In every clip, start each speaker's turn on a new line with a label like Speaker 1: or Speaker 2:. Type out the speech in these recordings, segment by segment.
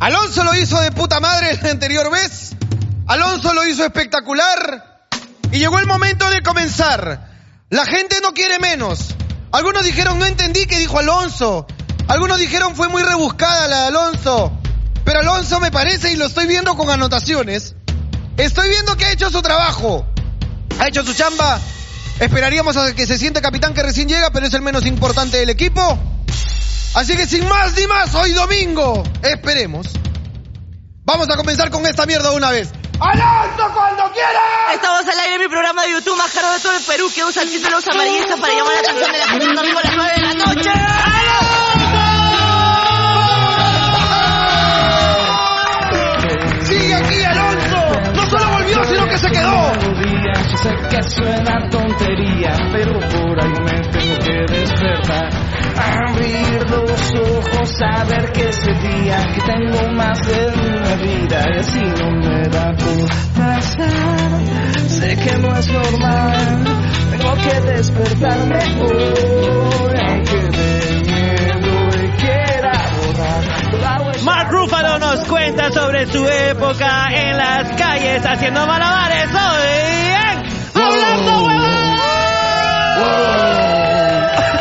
Speaker 1: Alonso lo hizo de puta madre la anterior vez. Alonso lo hizo espectacular. Y llegó el momento de comenzar. La gente no quiere menos. Algunos dijeron, no entendí qué dijo Alonso. Algunos dijeron, fue muy rebuscada la de Alonso. Pero Alonso me parece, y lo estoy viendo con anotaciones, estoy viendo que ha hecho su trabajo. Ha hecho su chamba. Esperaríamos a que se siente capitán que recién llega, pero es el menos importante del equipo. Así que sin más ni más, hoy domingo, esperemos. Vamos a comenzar con esta mierda de una vez. ¡Alonso cuando quiera!
Speaker 2: Estamos al aire en mi programa de YouTube más caro de todo el Perú que usa títulos amarillistas para llamar la atención de la gente el domingo a las 9 de la noche.
Speaker 1: ¡Alonso! ¡Sigue aquí Alonso! No solo volvió, sino que se quedó.
Speaker 3: Yo sé que suena tontería, pero por ahí me tengo que despertar. Abrir los ojos, saber que ese día que tengo más de una vida y así no me va a pasar. Sé que no es normal, tengo que despertarme hoy, aunque de miedo y quiera borrar toda vuestra
Speaker 4: Mark Ruffalo nos cuenta sobre su época en las calles haciendo malabares hoy en Hablando Huevadas.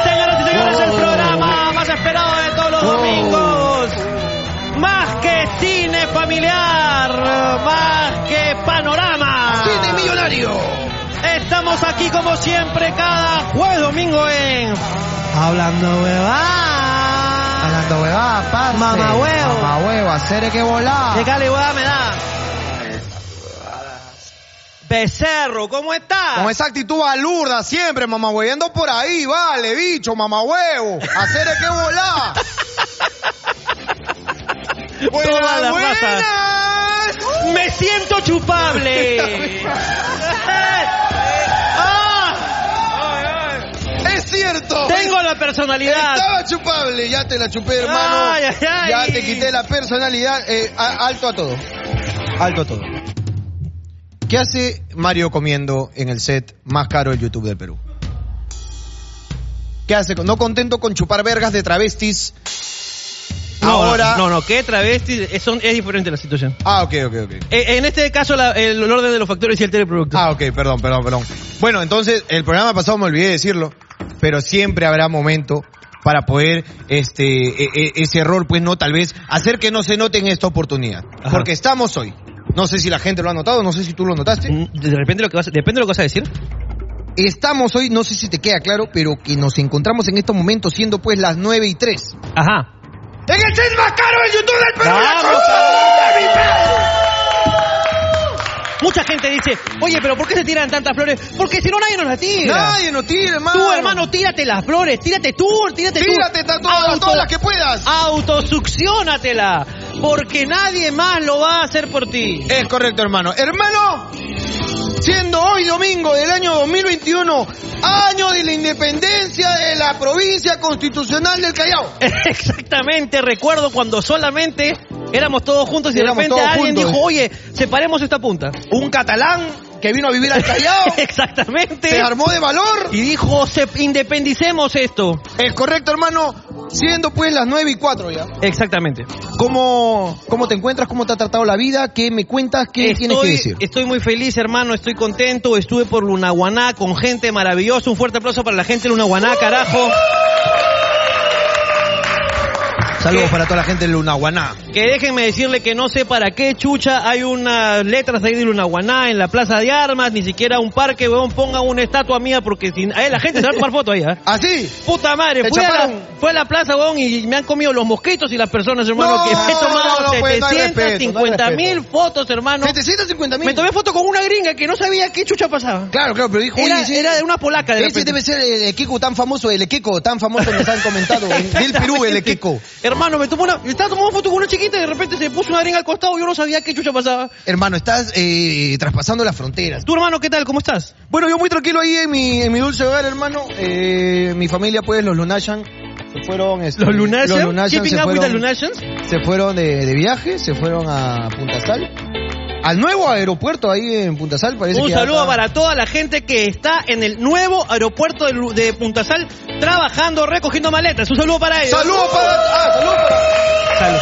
Speaker 4: Señoras y señores,
Speaker 1: Oh.
Speaker 4: el programa más esperado de todos los domingos. Más que cine familiar, más que panorama.
Speaker 1: ¡Cine millonario!
Speaker 4: Estamos aquí como siempre cada jueves domingo en Hablando Huevadas.
Speaker 1: Hablando huevada, parce.
Speaker 4: Mamá huevo.
Speaker 1: Mamá huevo, hacer que volar.
Speaker 4: De Cali, hueá me da. Becerro, ¿cómo estás?
Speaker 1: Con esa actitud balurda siempre, mamá hueviendo por ahí, vale, bicho, mamá huevo. Hacer que volar.
Speaker 4: Todas
Speaker 1: buenas,
Speaker 4: las masas.
Speaker 1: buenas.
Speaker 4: Me siento chupable. Eh, Ah,
Speaker 1: Es cierto.
Speaker 4: tengo la personalidad.
Speaker 1: Estaba chupable, ya te la chupé, hermano.
Speaker 4: Ay, ay, ay.
Speaker 1: Ya te quité la personalidad. Eh, a- alto a todo. Alto a todo. ¿Qué hace Mario comiendo en el set más caro del YouTube del Perú? ¿Qué hace? No contento con chupar vergas de travestis.
Speaker 4: No,
Speaker 1: ahora.
Speaker 4: No, no, qué travesti. Es, son- es diferente la situación.
Speaker 1: Ah, ok, ok, ok.
Speaker 4: Eh, En este caso, la- el orden de los factores y el teleproducto.
Speaker 1: Ah, ok, perdón, perdón, perdón. Bueno, entonces, el programa pasado me olvidé de decirlo, pero siempre habrá momento para poder, este, e- e- ese error, pues no, tal vez, hacer que no se note en esta oportunidad.
Speaker 4: Ajá.
Speaker 1: Porque estamos hoy. No sé si la gente lo ha notado, no sé si tú lo notaste.
Speaker 4: Mm, De repente lo que vas, depende de lo que vas a decir.
Speaker 1: Estamos hoy, no sé si te queda claro, pero que nos encontramos en estos momentos siendo pues las 9 y 3.
Speaker 4: Ajá.
Speaker 1: ¡En el set más caro del YouTube del Perú! la
Speaker 4: ¡Vamos!
Speaker 1: concha de mi madre!
Speaker 4: Mucha gente dice, oye, pero ¿por qué se tiran tantas flores? Porque si no nadie nos las tira.
Speaker 1: ¡Nadie nos tira, hermano!
Speaker 4: Tú, hermano, tírate las flores, tírate tú, tírate tú.
Speaker 1: ¡Tírate ta- todas,
Speaker 4: Auto-
Speaker 1: todas las que puedas!
Speaker 4: Autosucciónatela, porque nadie más lo va a hacer por ti.
Speaker 1: Es correcto, hermano. Hermano, siendo hoy domingo del año 2021, año de la independencia de la provincia constitucional del Callao.
Speaker 4: Exactamente, recuerdo cuando solamente éramos todos juntos y
Speaker 1: Éramos
Speaker 4: de repente
Speaker 1: todos
Speaker 4: alguien
Speaker 1: juntos.
Speaker 4: dijo, oye, separemos esta punta.
Speaker 1: Un catalán que vino a vivir al Callao
Speaker 4: Exactamente.
Speaker 1: se armó de valor.
Speaker 4: Y dijo, "Se- independicemos esto.
Speaker 1: Es correcto, hermano, siendo pues las 9 y 4 ya.
Speaker 4: Exactamente.
Speaker 1: ¿Cómo, cómo te encuentras? ¿Cómo te ha tratado la vida? ¿Qué me cuentas? ¿Qué tienes que decir?
Speaker 4: Estoy muy feliz, hermano, estoy contento. Estuve por Lunaguaná con gente maravillosa. Un fuerte aplauso para la gente de Lunaguaná, carajo.
Speaker 1: Saludos
Speaker 4: ¿Qué?
Speaker 1: para toda la gente de Lunaguaná.
Speaker 4: Que déjenme decirle que no sé para qué chucha hay unas letras ahí de Lunaguaná en la plaza de armas, ni siquiera un parque, weón, pongan una estatua mía porque si, eh, la gente se va a tomar foto ahí, ¿ah?
Speaker 1: ¿Así?
Speaker 4: Puta madre,
Speaker 1: Te
Speaker 4: fui a, la,
Speaker 1: chaparon.
Speaker 4: fue a la plaza, weón, y me han comido los mosquitos y las personas, hermano,
Speaker 1: No,
Speaker 4: que me he tomado
Speaker 1: no, no, pues, no hay respeto, no
Speaker 4: 750
Speaker 1: hay
Speaker 4: mil
Speaker 1: respeto.
Speaker 4: fotos, hermano.
Speaker 1: 750 mil.
Speaker 4: Me tomé foto con una gringa que no sabía qué chucha pasaba.
Speaker 1: Claro, claro, pero dijo,
Speaker 4: Era,
Speaker 1: oye, sí.
Speaker 4: era de una polaca, de
Speaker 1: Ese
Speaker 4: repente.
Speaker 1: debe ser el Kiko tan famoso, el Kiko tan famoso que nos han comentado. en- Del Perú, el Kiko.
Speaker 4: Hermano, me tomó una, estaba tomando foto con una chiquita y de repente se puso una gringa al costado y yo no sabía qué chucha pasaba.
Speaker 1: Hermano, estás eh, traspasando las fronteras.
Speaker 4: Tú, hermano, ¿qué tal? ¿Cómo estás?
Speaker 1: Bueno, yo muy tranquilo ahí en mi, en mi dulce hogar, hermano. Eh, mi familia, pues, los Lunashan, se fueron... este,
Speaker 4: Los Lunatians,
Speaker 1: Los Lunashan se
Speaker 4: Keeping up with the
Speaker 1: fueron,
Speaker 4: Lunatians.
Speaker 1: se fueron de, de viaje, se fueron a Punta Sal. Al nuevo aeropuerto ahí en Punta Sal, parece
Speaker 4: Un
Speaker 1: que ya
Speaker 4: saludo
Speaker 1: está-
Speaker 4: para toda la gente que está en el nuevo aeropuerto de, Lu- de Punta Sal trabajando, recogiendo maletas. Un saludo para ellos.
Speaker 1: ¡Saludo para... Ah, saludo para...
Speaker 4: Salud.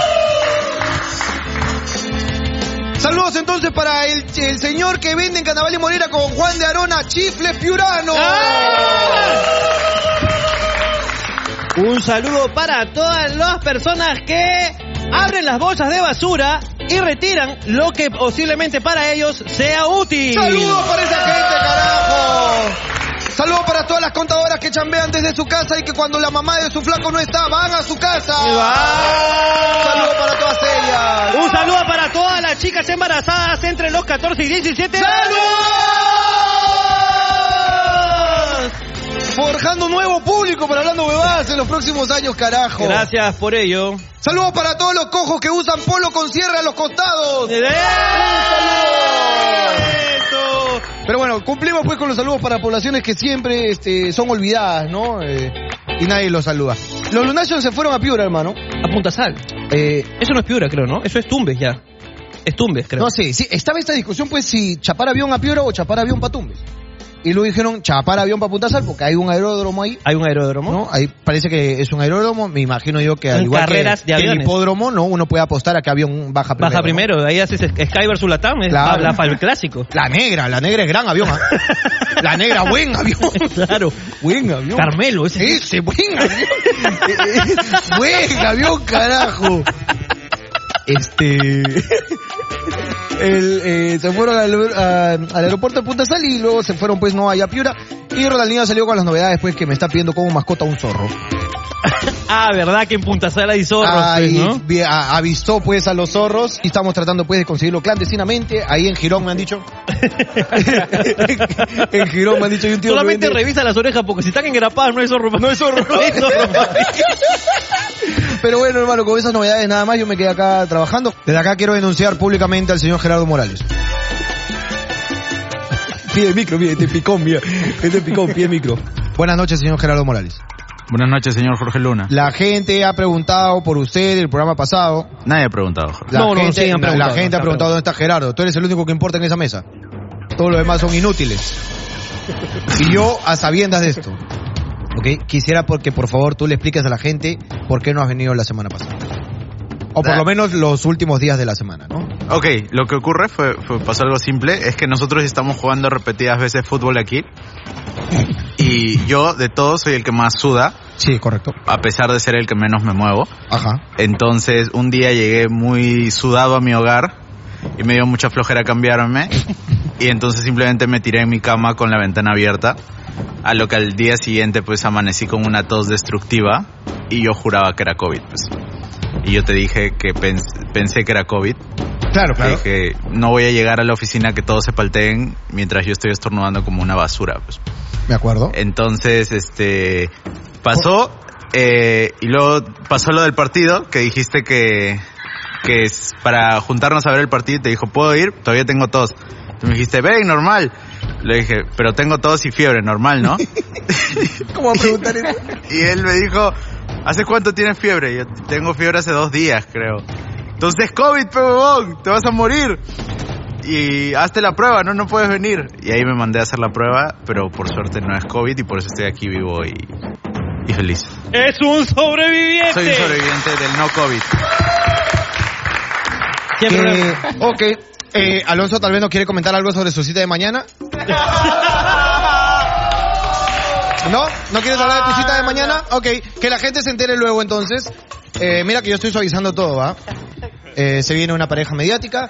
Speaker 1: entonces para el, el señor que vende en Carnaval y Morera con Juan de Arona, Chifles Piurano.
Speaker 4: ¡Ah! Un saludo para todas las personas que abren las bolsas de basura y retiran lo que posiblemente para ellos sea útil.
Speaker 1: ¡Saludos para esa gente, carajo! Saludos para todas las contadoras que chambean desde su casa y que cuando la mamá de su flaco no está, van a su casa. Saludos para todas ellas.
Speaker 4: ¡Ah! Un saludo para todas las chicas embarazadas entre los 14 y 17
Speaker 1: ¡Saludos! Forjando un nuevo público para Hablando Huevadas en los próximos años, carajo.
Speaker 4: Gracias por ello.
Speaker 1: Saludos para todos los cojos que usan polo con cierre a los costados.
Speaker 4: ¡Eso!
Speaker 1: Pero bueno, cumplimos pues con los saludos para poblaciones que siempre este, son olvidadas, ¿no? Eh, y nadie los saluda. Los Lunations se fueron a Piura, hermano.
Speaker 4: A Punta Sal.
Speaker 1: Eh,
Speaker 4: Eso no es Piura, creo, ¿no? Eso es Tumbes ya. Es Tumbes, creo.
Speaker 1: no sé, sí, estaba esta discusión pues si chapar avión a Piura o chapar avión para Tumbes. Y luego dijeron chapar avión para Punta Sal porque hay un aeródromo ahí.
Speaker 4: Hay un aeródromo.
Speaker 1: ¿No? Ahí parece que es un aeródromo, me imagino yo que al
Speaker 4: Son
Speaker 1: igual que-
Speaker 4: carreras de
Speaker 1: que, el
Speaker 4: aviones.
Speaker 1: hipódromo, ¿no? Uno puede apostar a que avión baja primero.
Speaker 4: Baja
Speaker 1: ¿no?
Speaker 4: primero, ahí haces Sky vs Latam, es
Speaker 1: Claro.
Speaker 4: la- la- el clásico.
Speaker 1: La negra, la negra es gran avión. ¿ah? La negra, buen avión.
Speaker 4: Claro.
Speaker 1: Buen avión.
Speaker 4: Carmelo, ese.
Speaker 1: Ese buen avión. Eh, eh, buen avión, carajo. Este. el, eh, se fueron al, a- al aeropuerto de Punta Sal y luego se fueron, pues, no, allá a Piura. Y Rodalina salió con las novedades, pues, que me está pidiendo como mascota un zorro.
Speaker 4: Ah, verdad que en Punta Sala hay zorros,
Speaker 1: Ah,
Speaker 4: pues,
Speaker 1: y
Speaker 4: ¿no?
Speaker 1: vi- a- avistó, pues, a los zorros y estamos tratando, pues, de conseguirlo clandestinamente. Ahí en Girón me han dicho. en Girón me han dicho, hay un tío que
Speaker 4: Solamente
Speaker 1: vende-
Speaker 4: revisa las orejas porque si están engrapadas no hay zorro. No hay zorro. No hay zorro.
Speaker 1: Pero bueno, hermano, con esas novedades nada más yo me quedé acá trabajando. Desde acá quiero denunciar públicamente al señor Gerardo Morales. Pide el micro, mire, este picón, mira. Este picón, pide el micro. Buenas noches, señor Gerardo Morales.
Speaker 5: Buenas noches, señor Jorge Luna.
Speaker 1: La gente ha preguntado por usted el programa pasado.
Speaker 5: Nadie ha preguntado, Jorge.
Speaker 1: La
Speaker 4: No, no,
Speaker 1: gente,
Speaker 4: sí, han
Speaker 1: la
Speaker 4: preguntado,
Speaker 1: gente ha
Speaker 4: han
Speaker 1: preguntado dónde está Gerardo. Tú eres el único que importa en esa mesa. Todos los demás son inútiles. Y yo, a sabiendas de esto, ¿ok? quisiera porque por favor tú le expliques a la gente por qué no has venido la semana pasada. O por
Speaker 5: Da-
Speaker 1: lo menos los últimos días de la semana, ¿no?
Speaker 5: Ok, lo que ocurre fue, fue- pasó algo simple, es que nosotros estamos jugando repetidas veces fútbol aquí. Y yo de todos soy el que más suda,
Speaker 1: Sí, correcto.
Speaker 5: a pesar de ser el que menos me muevo.
Speaker 1: Ajá.
Speaker 5: Entonces un día llegué muy sudado a mi hogar y me dio mucha flojera cambiarme. Y entonces simplemente me tiré en mi cama con la ventana abierta. A lo que al día siguiente pues amanecí con una tos destructiva y yo juraba que era COVID. Pues. Y yo te dije que pens- pensé que era COVID.
Speaker 1: Claro, claro.
Speaker 5: Dije, no voy a llegar a la oficina que todos se palteen mientras yo estoy estornudando como una basura. Pues.
Speaker 1: Me acuerdo.
Speaker 5: Entonces, este, pasó eh, y luego pasó lo del partido que dijiste que que es para juntarnos a ver el partido. y Te dijo, puedo ir, todavía tengo tos. Tú me dijiste, ven, normal. Le dije, pero tengo tos y fiebre, normal, ¿no?
Speaker 1: ¿Cómo preguntar eso?
Speaker 5: y él me dijo, ¿hace cuánto tienes fiebre? Y Yo tengo fiebre hace dos días, creo. Entonces, COVID, pe huevón, te vas a morir. Y hazte la prueba, no, no puedes venir. Y ahí me mandé a hacer la prueba, pero por suerte no es COVID y por eso estoy aquí vivo y, y feliz.
Speaker 4: es un sobreviviente.
Speaker 5: Soy un sobreviviente del no COVID.
Speaker 4: Siempre
Speaker 1: Eh, ok. Eh, Alonso tal vez nos quiere comentar algo sobre su cita de mañana. ¿No? ¿No quieres hablar de tu
Speaker 4: Ah,
Speaker 1: cita de mañana? Ok, que la gente se entere luego entonces. Eh, mira que yo estoy suavizando todo, ¿va? Eh, se viene una pareja mediática.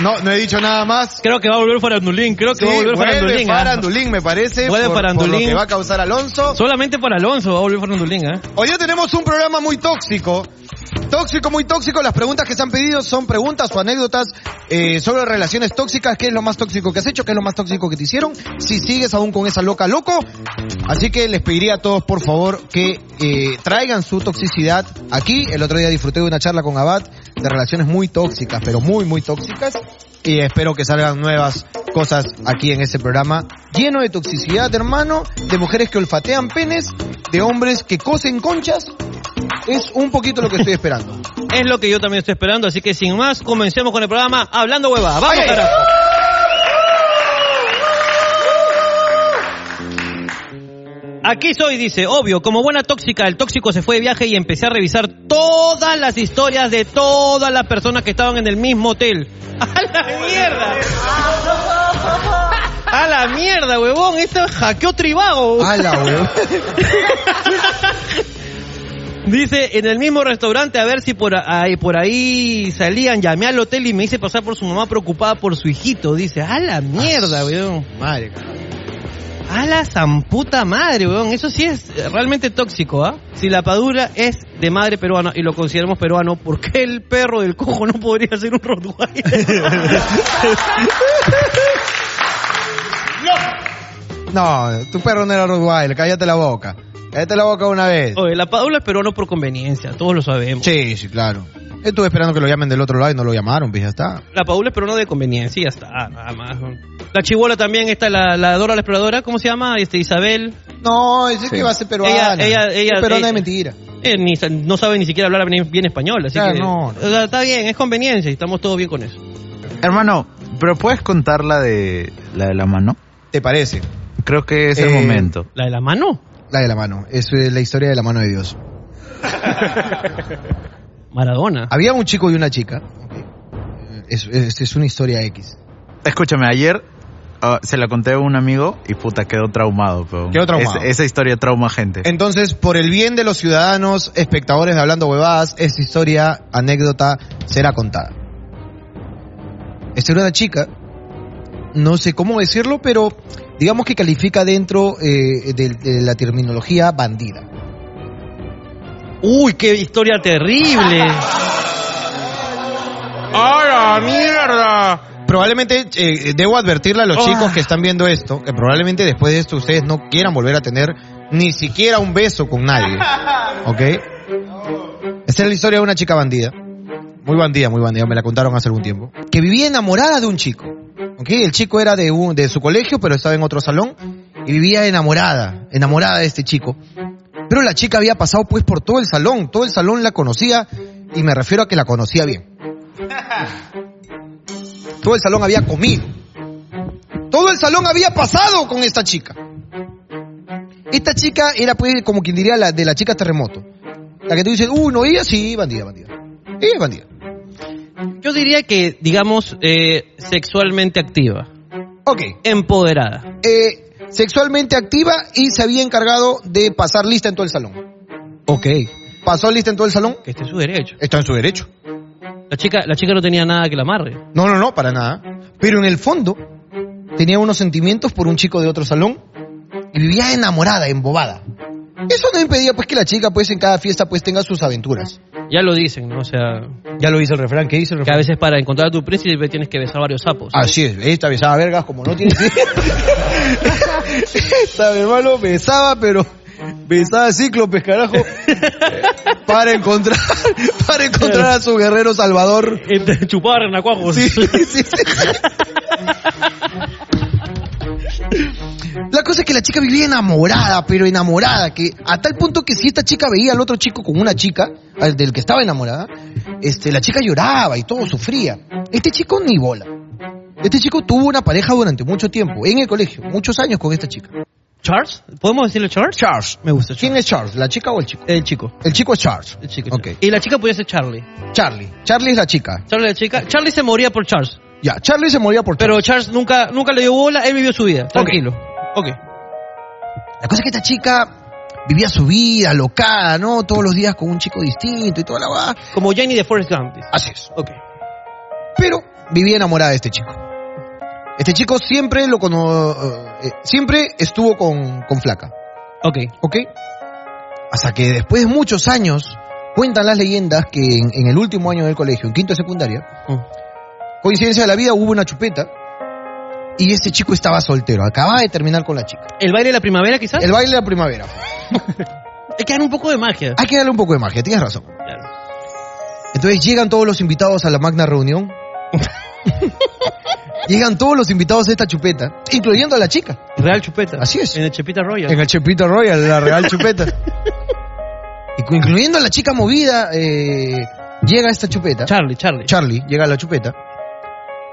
Speaker 1: No, no he dicho nada más.
Speaker 4: Creo que va a volver Farandulín, creo que
Speaker 1: Sí,
Speaker 4: va a volver
Speaker 1: vuelve
Speaker 4: Farandulín. ¿ah?
Speaker 1: Farandulín, me parece.
Speaker 4: Vuelve
Speaker 1: por- Por lo
Speaker 4: Farandulín.
Speaker 1: que va a causar Alonso.
Speaker 4: Solamente para Alonso va a volver Farandulín, ¿eh?
Speaker 1: Hoy día tenemos un programa muy tóxico. Tóxico, muy tóxico. Las preguntas que se han pedido son preguntas o anécdotas eh, sobre relaciones tóxicas. ¿Qué es lo más tóxico que has hecho? ¿Qué es lo más tóxico que te hicieron? Si sigues aún con esa loca loco. Así que les pediría a todos, por favor, que eh, traigan su toxicidad aquí. El otro día disfruté de una charla con Abad de relaciones muy tóxicas, pero muy, muy tóxicas. Y espero que salgan nuevas cosas aquí en este programa. Lleno de toxicidad, hermano. De mujeres que olfatean penes. De hombres que cosen conchas. Es un poquito lo que estoy esperando.
Speaker 4: Es lo que yo también estoy esperando, así que sin más, comencemos con el programa Hablando Hueva. ¡Vamos,
Speaker 1: Ay, ay.
Speaker 4: carajo! Aquí soy, dice, obvio, como buena tóxica, el tóxico se fue de viaje y empecé a revisar todo todas las historias de todas las personas que estaban en el mismo hotel. ¡A la mierda! ¡A la mierda, huevón! Esto hackeó Tribago.
Speaker 1: ¡Hala, weón!
Speaker 4: Dice, en el mismo restaurante, a ver si por ahí, por ahí salían, llamé al hotel y me hice pasar por su mamá preocupada por su hijito. Dice, a la mierda, weón. Madre. cabrón. A la zamputa madre, weón. Eso sí es eh, realmente tóxico, ¿ah? Si la padura es de madre peruana y lo consideramos peruano, ¿por qué el perro del cojo no podría ser un Rottweiler?
Speaker 1: No, tu perro no era Rottweiler, cállate la boca. Cállate la boca una vez.
Speaker 4: Oye, la padula es peruano por conveniencia, todos lo sabemos.
Speaker 1: Sí, sí, claro. Estuve esperando que lo llamen del otro lado y no lo llamaron, pues ya está.
Speaker 4: La Paula es peruana de conveniencia y ya está, nada más. La Chibola también está, la, la Dora la Exploradora, ¿cómo se llama? Este, Isabel.
Speaker 1: No, dice que va a ser peruana.
Speaker 4: Ella- ella- ella-
Speaker 1: Es peruana
Speaker 4: ella-
Speaker 1: de mentira.
Speaker 4: Eh, ni sa- no sabe ni siquiera hablar bien, bien español, así
Speaker 1: Claro,
Speaker 4: que...
Speaker 1: Ah, no, no.
Speaker 4: o sea, está bien, es conveniencia y estamos todos bien con eso.
Speaker 5: Hermano, pero puedes contar la de la de la mano.
Speaker 1: ¿Te parece?
Speaker 5: Creo que es el
Speaker 1: Eh,
Speaker 5: momento.
Speaker 4: ¿La de la mano?
Speaker 1: La de la mano. Es eh, la historia de la mano de Dios.
Speaker 4: Maradona.
Speaker 1: Había un chico y una chica. Ok. Es, es- es una historia X.
Speaker 5: Escúchame, ayer ah, se la conté a un amigo y puta quedó traumado. Pero
Speaker 1: Quedó traumado.
Speaker 5: Es- esa historia trauma gente.
Speaker 1: Entonces, por el bien de los ciudadanos, espectadores de Hablando Huevadas, esta historia, anécdota, será contada. Esta era una chica, no sé cómo decirlo, pero digamos que califica dentro eh, de, de la terminología bandida.
Speaker 4: Uy, qué historia terrible. ¡A la mierda!
Speaker 1: Probablemente eh, debo advertirle a los
Speaker 4: Ah.
Speaker 1: chicos que están viendo esto, que probablemente después de esto ustedes no quieran volver a tener ni siquiera un beso con nadie. ¿Ok? Esta es la historia de una chica bandida. Muy bandida, muy bandida, me la contaron hace algún tiempo. Que vivía enamorada de un chico. ¿Ok? El chico era de, un- de su colegio, pero estaba en otro salón. Y vivía enamorada, enamorada de este chico. Pero la chica había pasado pues por todo el salón. Todo el salón la conocía. Y me refiero a que la conocía bien. Todo el salón había comido. Todo el salón había pasado con esta chica. Esta chica era pues como quien diría la de la chica terremoto. La que tú dices, uy, no, ella sí, bandida, bandida. Ella es bandida.
Speaker 4: Yo diría que, digamos, eh, sexualmente activa,
Speaker 1: Ok.
Speaker 4: empoderada.
Speaker 1: eh, sexualmente activa y se había encargado de pasar lista en todo el salón. Ok. ¿Pasó lista en todo el salón?
Speaker 4: Que esté en su derecho.
Speaker 1: Está en su derecho.
Speaker 4: La chica, la chica no tenía nada que la amarre.
Speaker 1: No, no, no, para nada. Pero en el fondo tenía unos sentimientos por un chico de otro salón y vivía enamorada, embobada. Eso no impedía pues que la chica pues en cada fiesta pues tenga sus aventuras.
Speaker 4: Ya lo dicen, ¿no? O sea,
Speaker 1: Ya lo dice el refrán, ¿qué dice el
Speaker 4: que a veces para encontrar a tu príncipe tienes que besar varios sapos.
Speaker 1: Así es, esta besaba vergas como no tiene. esta mi hermano besaba, pero besaba cíclopes, carajo. Eh, para encontrar, para encontrar a su guerrero salvador.
Speaker 4: Entre chupar renacuajos.
Speaker 1: Sí, sí, sí. La cosa es que la chica vivía enamorada, pero enamorada, que a tal punto que si esta chica veía al otro chico con una chica, al del que estaba enamorada, este, la chica lloraba y todo sufría. Este chico ni bola. Este chico tuvo una pareja durante mucho tiempo, en el colegio, muchos años con esta chica.
Speaker 4: ¿Charles? ¿Podemos decirle Charles?
Speaker 1: Charles.
Speaker 4: Me gusta
Speaker 1: ¿Quién es Charles? ¿La chica o el chico?
Speaker 4: El chico.
Speaker 1: El chico es Charles.
Speaker 4: El chico.
Speaker 1: Ok.
Speaker 4: Y la chica podía ser Charlie.
Speaker 1: Charlie. Charlie es la chica.
Speaker 4: Charlie la chica. Charlie se moría por Charles.
Speaker 1: Ya, Charlie se moría por
Speaker 4: Pero Charles nunca, nunca le dio bola, él vivió su vida. Tranquilo. Ok.
Speaker 1: La cosa es que esta chica vivía su vida locada, ¿no? Todos los días con un chico distinto y toda la va.
Speaker 4: Como Jenny de Forrest Gump. dice.
Speaker 1: Así es.
Speaker 4: Ok.
Speaker 1: Pero vivía enamorada de este chico. Este chico siempre lo cono... eh, siempre estuvo con, con flaca,
Speaker 4: Ok.
Speaker 1: ¿ok? Hasta que después de muchos años, cuentan las leyendas que en, en el último año del colegio, en quinto de secundaria,
Speaker 4: Mm.
Speaker 1: coincidencia de la vida, hubo una chupeta y este chico estaba soltero, acababa de terminar con la chica.
Speaker 4: ¿El baile de la primavera quizás?
Speaker 1: El baile de la primavera.
Speaker 4: Es que dan un poco de magia.
Speaker 1: Hay que darle un poco de magia, tienes razón.
Speaker 4: Claro.
Speaker 1: Entonces llegan todos los invitados a la magna reunión. llegan todos los invitados a esta chupeta, incluyendo a la chica.
Speaker 4: Real Chupeta.
Speaker 1: Así es.
Speaker 4: En el Chupita Royal.
Speaker 1: el Chupita Royal, la Real Chupeta. Y cu- incluyendo a la chica movida, eh, llega esta chupeta.
Speaker 4: Charlie, Charlie.
Speaker 1: Charlie llega a la chupeta.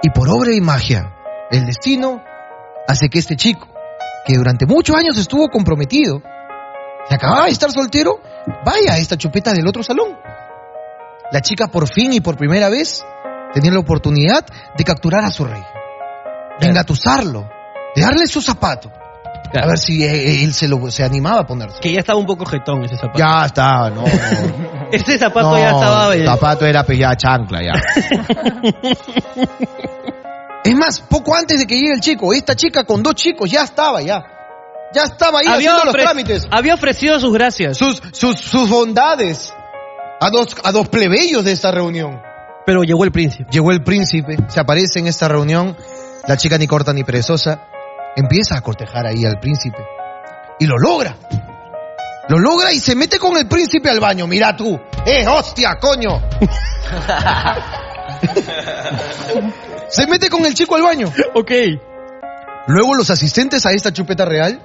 Speaker 1: Y por obra y magia, el destino hace que este chico, que durante muchos años estuvo comprometido, se acababa de estar soltero, vaya a esta chupeta del otro salón. la chica por fin y por primera vez tenía la oportunidad de capturar a su rey, de engatusarlo, de darle su zapato. A
Speaker 4: Claro.
Speaker 1: ver si eh, él se, lo, se animaba a ponerse.
Speaker 4: Que ya estaba un poco jetón ese zapato.
Speaker 1: Ya estaba, no. no.
Speaker 4: Ese zapato ya estaba.
Speaker 1: el zapato era pues ya chancla ya. es más, poco antes de que llegue el chico, esta chica con dos chicos ya estaba ya. Ya estaba ahí haciendo los
Speaker 4: ofre-
Speaker 1: trámites.
Speaker 4: había ofrecido sus gracias.
Speaker 1: Sus, sus, sus bondades a dos, a dos plebeyos de esta reunión.
Speaker 4: Pero llegó el príncipe.
Speaker 1: Llegó el príncipe, se aparece en esta reunión, la chica ni corta ni perezosa, empieza a cortejar ahí al príncipe. Y lo logra. Lo logra y se mete con el príncipe al baño. Mira tú. ¡Eh, hostia, coño! se mete con el chico al baño.
Speaker 4: Ok.
Speaker 1: Luego los asistentes a esta chupeta real,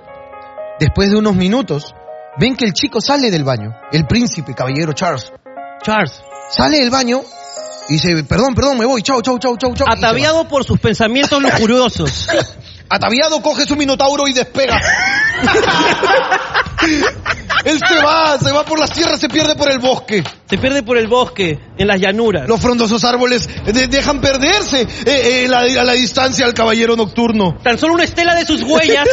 Speaker 1: después de unos minutos, ven que el chico sale del baño. El príncipe, caballero Charles,
Speaker 4: Charles,
Speaker 1: sale del baño y dice, perdón, perdón, me voy, chau, chau, chau, chau, chau. y se va.
Speaker 4: ataviado por sus pensamientos lujuriosos.
Speaker 1: Ataviado coge su minotauro y despega. Él se va, se va por las tierras, se pierde por el bosque.
Speaker 4: Se pierde por el bosque, en las llanuras.
Speaker 1: Los frondosos árboles eh, de- dejan perderse eh, eh, la- a la distancia al caballero nocturno.
Speaker 4: Tan solo una estela de sus huellas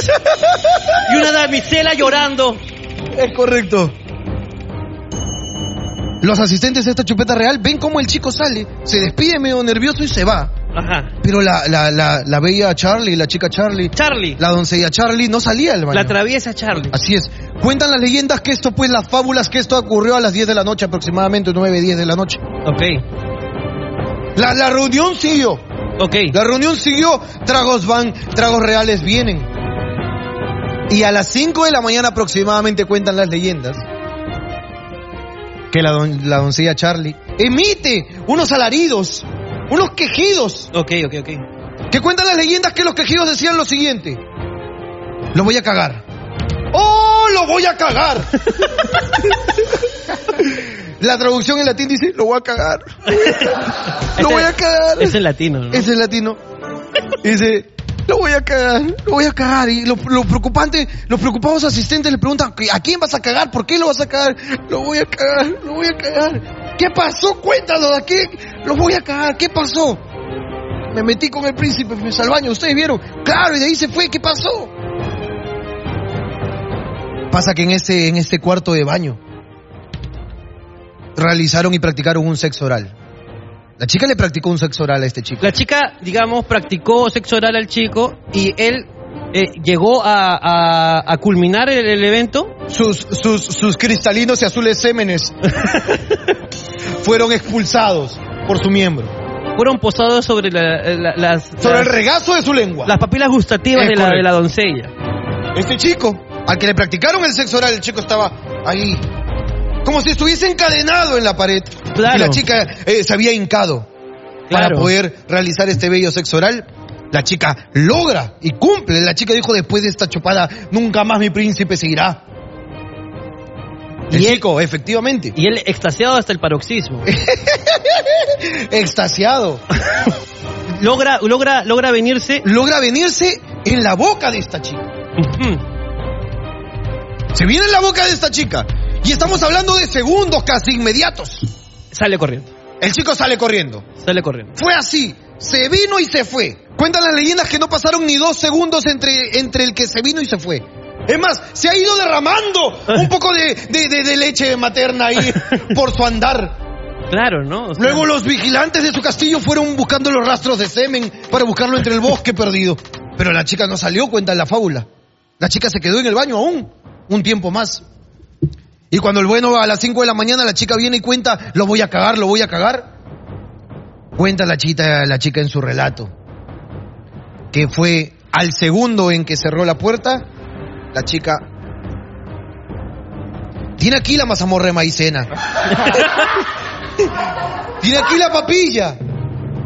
Speaker 4: y una damisela llorando.
Speaker 1: Es correcto. Los asistentes de esta chupeta real ven cómo el chico sale, se despide medio nervioso y se va.
Speaker 4: Ajá.
Speaker 1: Pero la, la, la, la bella Charlie, la chica Charlie,
Speaker 4: Charlie,
Speaker 1: la
Speaker 4: la,
Speaker 1: Ah, doncella Charlie no salía del baño.
Speaker 4: traviesa Charlie.
Speaker 1: Así es. Cuentan las leyendas que esto, pues las fábulas, que esto ocurrió a las 10 de la noche, aproximadamente 9, 10 de la noche.
Speaker 4: Ok,
Speaker 1: La, la reunión siguió.
Speaker 4: ok.
Speaker 1: La reunión siguió. Tragos van, tragos reales vienen. Y a las 5 de la mañana aproximadamente cuentan las leyendas que la, don- la doncella Charlie emite unos alaridos, unos quejidos.
Speaker 4: Ok, ok, ok.
Speaker 1: Que cuentan las leyendas que los quejidos decían lo siguiente. Lo voy a cagar. ¡Oh, lo voy a cagar! La traducción en latín dice, lo voy a cagar. Lo voy a cagar.
Speaker 4: Este Es en latino, ¿no?
Speaker 1: Ese es latino. Y dice, lo voy a cagar, lo voy a cagar. Y lo, lo preocupante, los preocupados asistentes le preguntan, ¿a quién vas a cagar? ¿Por qué lo vas a cagar? Lo voy a cagar, lo voy a cagar. ¿Qué pasó? Cuéntanos, ¿a qué? Lo voy a cagar, ¿qué pasó? Me metí con el príncipe, me al baño, ustedes vieron. Claro, y de ahí se fue, ¿qué pasó? Pasa que en ese, en este cuarto de baño realizaron y practicaron un sexo oral. La chica le practicó un sexo oral a este chico.
Speaker 4: La chica, digamos, practicó sexo oral al chico y él eh, llegó a, a- a culminar el, el evento.
Speaker 1: sus, sus, sus cristalinos y azules sémenes fueron expulsados por su miembro.
Speaker 4: Fueron posados sobre la- la- las,
Speaker 1: Sobre el
Speaker 4: las,
Speaker 1: regazo de su lengua.
Speaker 4: las papilas gustativas
Speaker 1: Es
Speaker 4: de la, de
Speaker 1: correcto.
Speaker 4: la doncella.
Speaker 1: Este chico, al que le practicaron el sexo oral, el chico estaba ahí. Como si estuviese encadenado en la pared.
Speaker 4: Claro.
Speaker 1: Y la chica eh, se había hincado para
Speaker 4: Claro.
Speaker 1: poder realizar este bello sexo oral. La chica logra y cumple. La chica dijo después de esta chupada, nunca más mi príncipe se irá. El
Speaker 4: Y él-
Speaker 1: chico, efectivamente.
Speaker 4: Y él extasiado hasta el paroxismo.
Speaker 1: Eh. Extasiado.
Speaker 4: Logra, logra, logra venirse.
Speaker 1: logra venirse en la boca de esta chica.
Speaker 4: Ujú.
Speaker 1: Se viene en la boca de esta chica. Y estamos hablando de segundos casi inmediatos.
Speaker 4: Sale corriendo.
Speaker 1: El chico sale corriendo.
Speaker 4: Sale corriendo.
Speaker 1: Fue así. Se vino y se fue. Cuentan las leyendas que no pasaron ni dos segundos entre, entre el que se vino y se fue. Es más, se ha ido derramando un poco de, de- de- de leche materna ahí por su andar.
Speaker 4: Claro, ¿no? O sea,
Speaker 1: Luego los vigilantes de su castillo fueron buscando los rastros de semen para buscarlo entre el bosque perdido. Pero la chica no salió, cuenta la fábula. La chica se quedó en el baño aún, un tiempo más. Y cuando el bueno va a las 5 de la mañana, la chica viene y cuenta, lo voy a cagar, lo voy a cagar. Cuenta la chica, la chica en su relato, que fue al segundo en que cerró la puerta, la chica... Tiene aquí la mazamorra de maicena. Tiene aquí la papilla.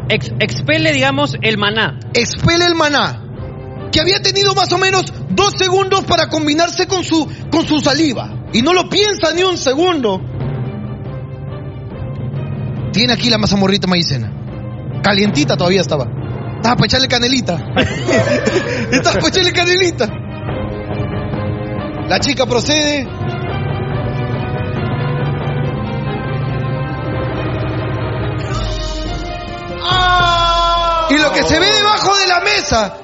Speaker 4: ex- expele, digamos, el maná.
Speaker 1: expele el maná, que había tenido más o menos dos segundos para combinarse con su, con su saliva, y no lo piensa ni un segundo. Tiene aquí la mazamorrita maicena. Calientita todavía estaba. Estaba para echarle canelita. estaba para echarle canelita. La chica procede. Y lo que se ve debajo de la mesa,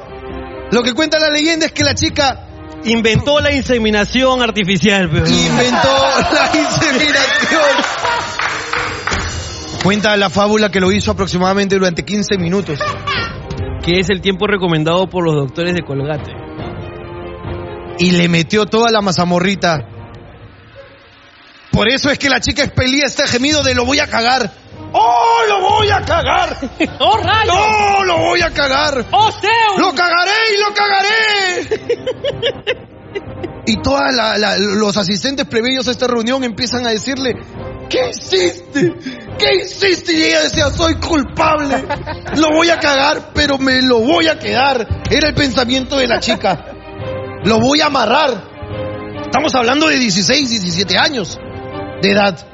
Speaker 1: lo que cuenta la leyenda es que la chica
Speaker 4: Inventó la inseminación artificial, pero.
Speaker 1: inventó la inseminación. Cuenta la fábula que lo hizo aproximadamente durante 15 minutos.
Speaker 4: Que es el tiempo recomendado por los doctores de Colgate.
Speaker 1: y le metió toda la mazamorrita. Por eso es que la chica expelía este gemido de lo voy a cagar. ¡Oh, lo voy a cagar!
Speaker 4: ¡Oh, rayos!
Speaker 1: ¡No, lo voy a cagar!
Speaker 4: ¡Oh, Zeus!
Speaker 1: ¡Lo cagaré y lo cagaré! Y todos los asistentes previos a esta reunión empiezan a decirle, ¿qué hiciste? ¿Qué hiciste? Y ella decía, soy culpable, lo voy a cagar, pero me lo voy a quedar. Era el pensamiento de la chica. Lo voy a amarrar. Estamos hablando de 16, 17 años de edad.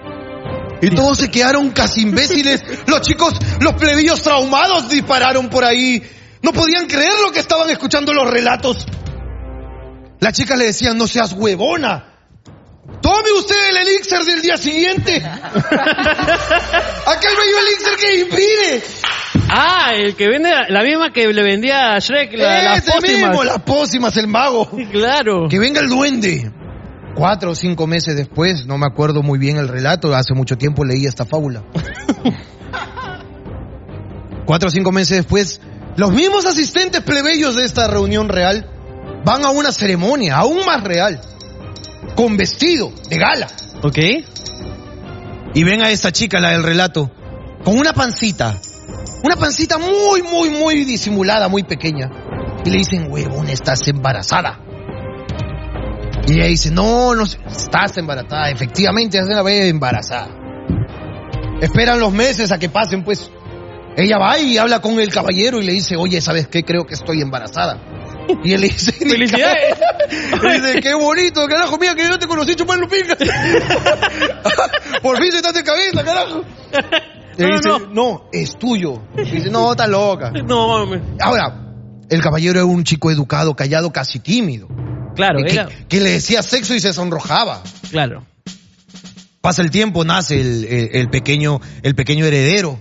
Speaker 1: Y todos se quedaron casi imbéciles. Los chicos, los plebeyos traumados dispararon por ahí. No podían creer lo que estaban escuchando los relatos. Las chicas le decían, no seas huevona. Tome usted el elixir del día siguiente. Aquel bello elixir que impide.
Speaker 4: Ah, el que vende, la misma que le vendía a Shrek, la, las
Speaker 1: Ese mismo,
Speaker 4: pócimas.
Speaker 1: las pócimas, el mago.
Speaker 4: Sí, Claro.
Speaker 1: Que venga el duende. Cuatro o cinco meses después, no me acuerdo muy bien el relato, hace mucho tiempo leí esta fábula. Cuatro o cinco meses después, los mismos asistentes plebeyos de esta reunión real van a una ceremonia aún más real, con vestido de gala.
Speaker 4: ¿Ok?
Speaker 1: Y ven a esta chica, la del relato, con una pancita. Una pancita muy, muy, muy disimulada, muy pequeña. Y le dicen, huevón, estás embarazada. Y ella dice, no, no, sé, estás embarazada. Efectivamente, es la bebé embarazada. Esperan los meses a que pasen, pues. Ella va y habla con el caballero y le dice, oye, ¿sabes qué? Creo que estoy embarazada. Y él le dice,
Speaker 4: ¡Felicidades!
Speaker 1: y dice, qué bonito, carajo, mira que yo te conocí chupando pingas. Por fin se de cabeza, carajo. Y
Speaker 4: No, no,
Speaker 1: dice,
Speaker 4: no.
Speaker 1: no, es tuyo. Y dice, no, está loca.
Speaker 4: No, mames.
Speaker 1: Ahora, el caballero era un chico educado, callado, casi tímido.
Speaker 4: Claro,
Speaker 1: Que-
Speaker 4: era.
Speaker 1: que, que le decía sexo y se sonrojaba.
Speaker 4: Claro.
Speaker 1: Pasa el tiempo, nace el, eh, el- el pequeño, el pequeño heredero.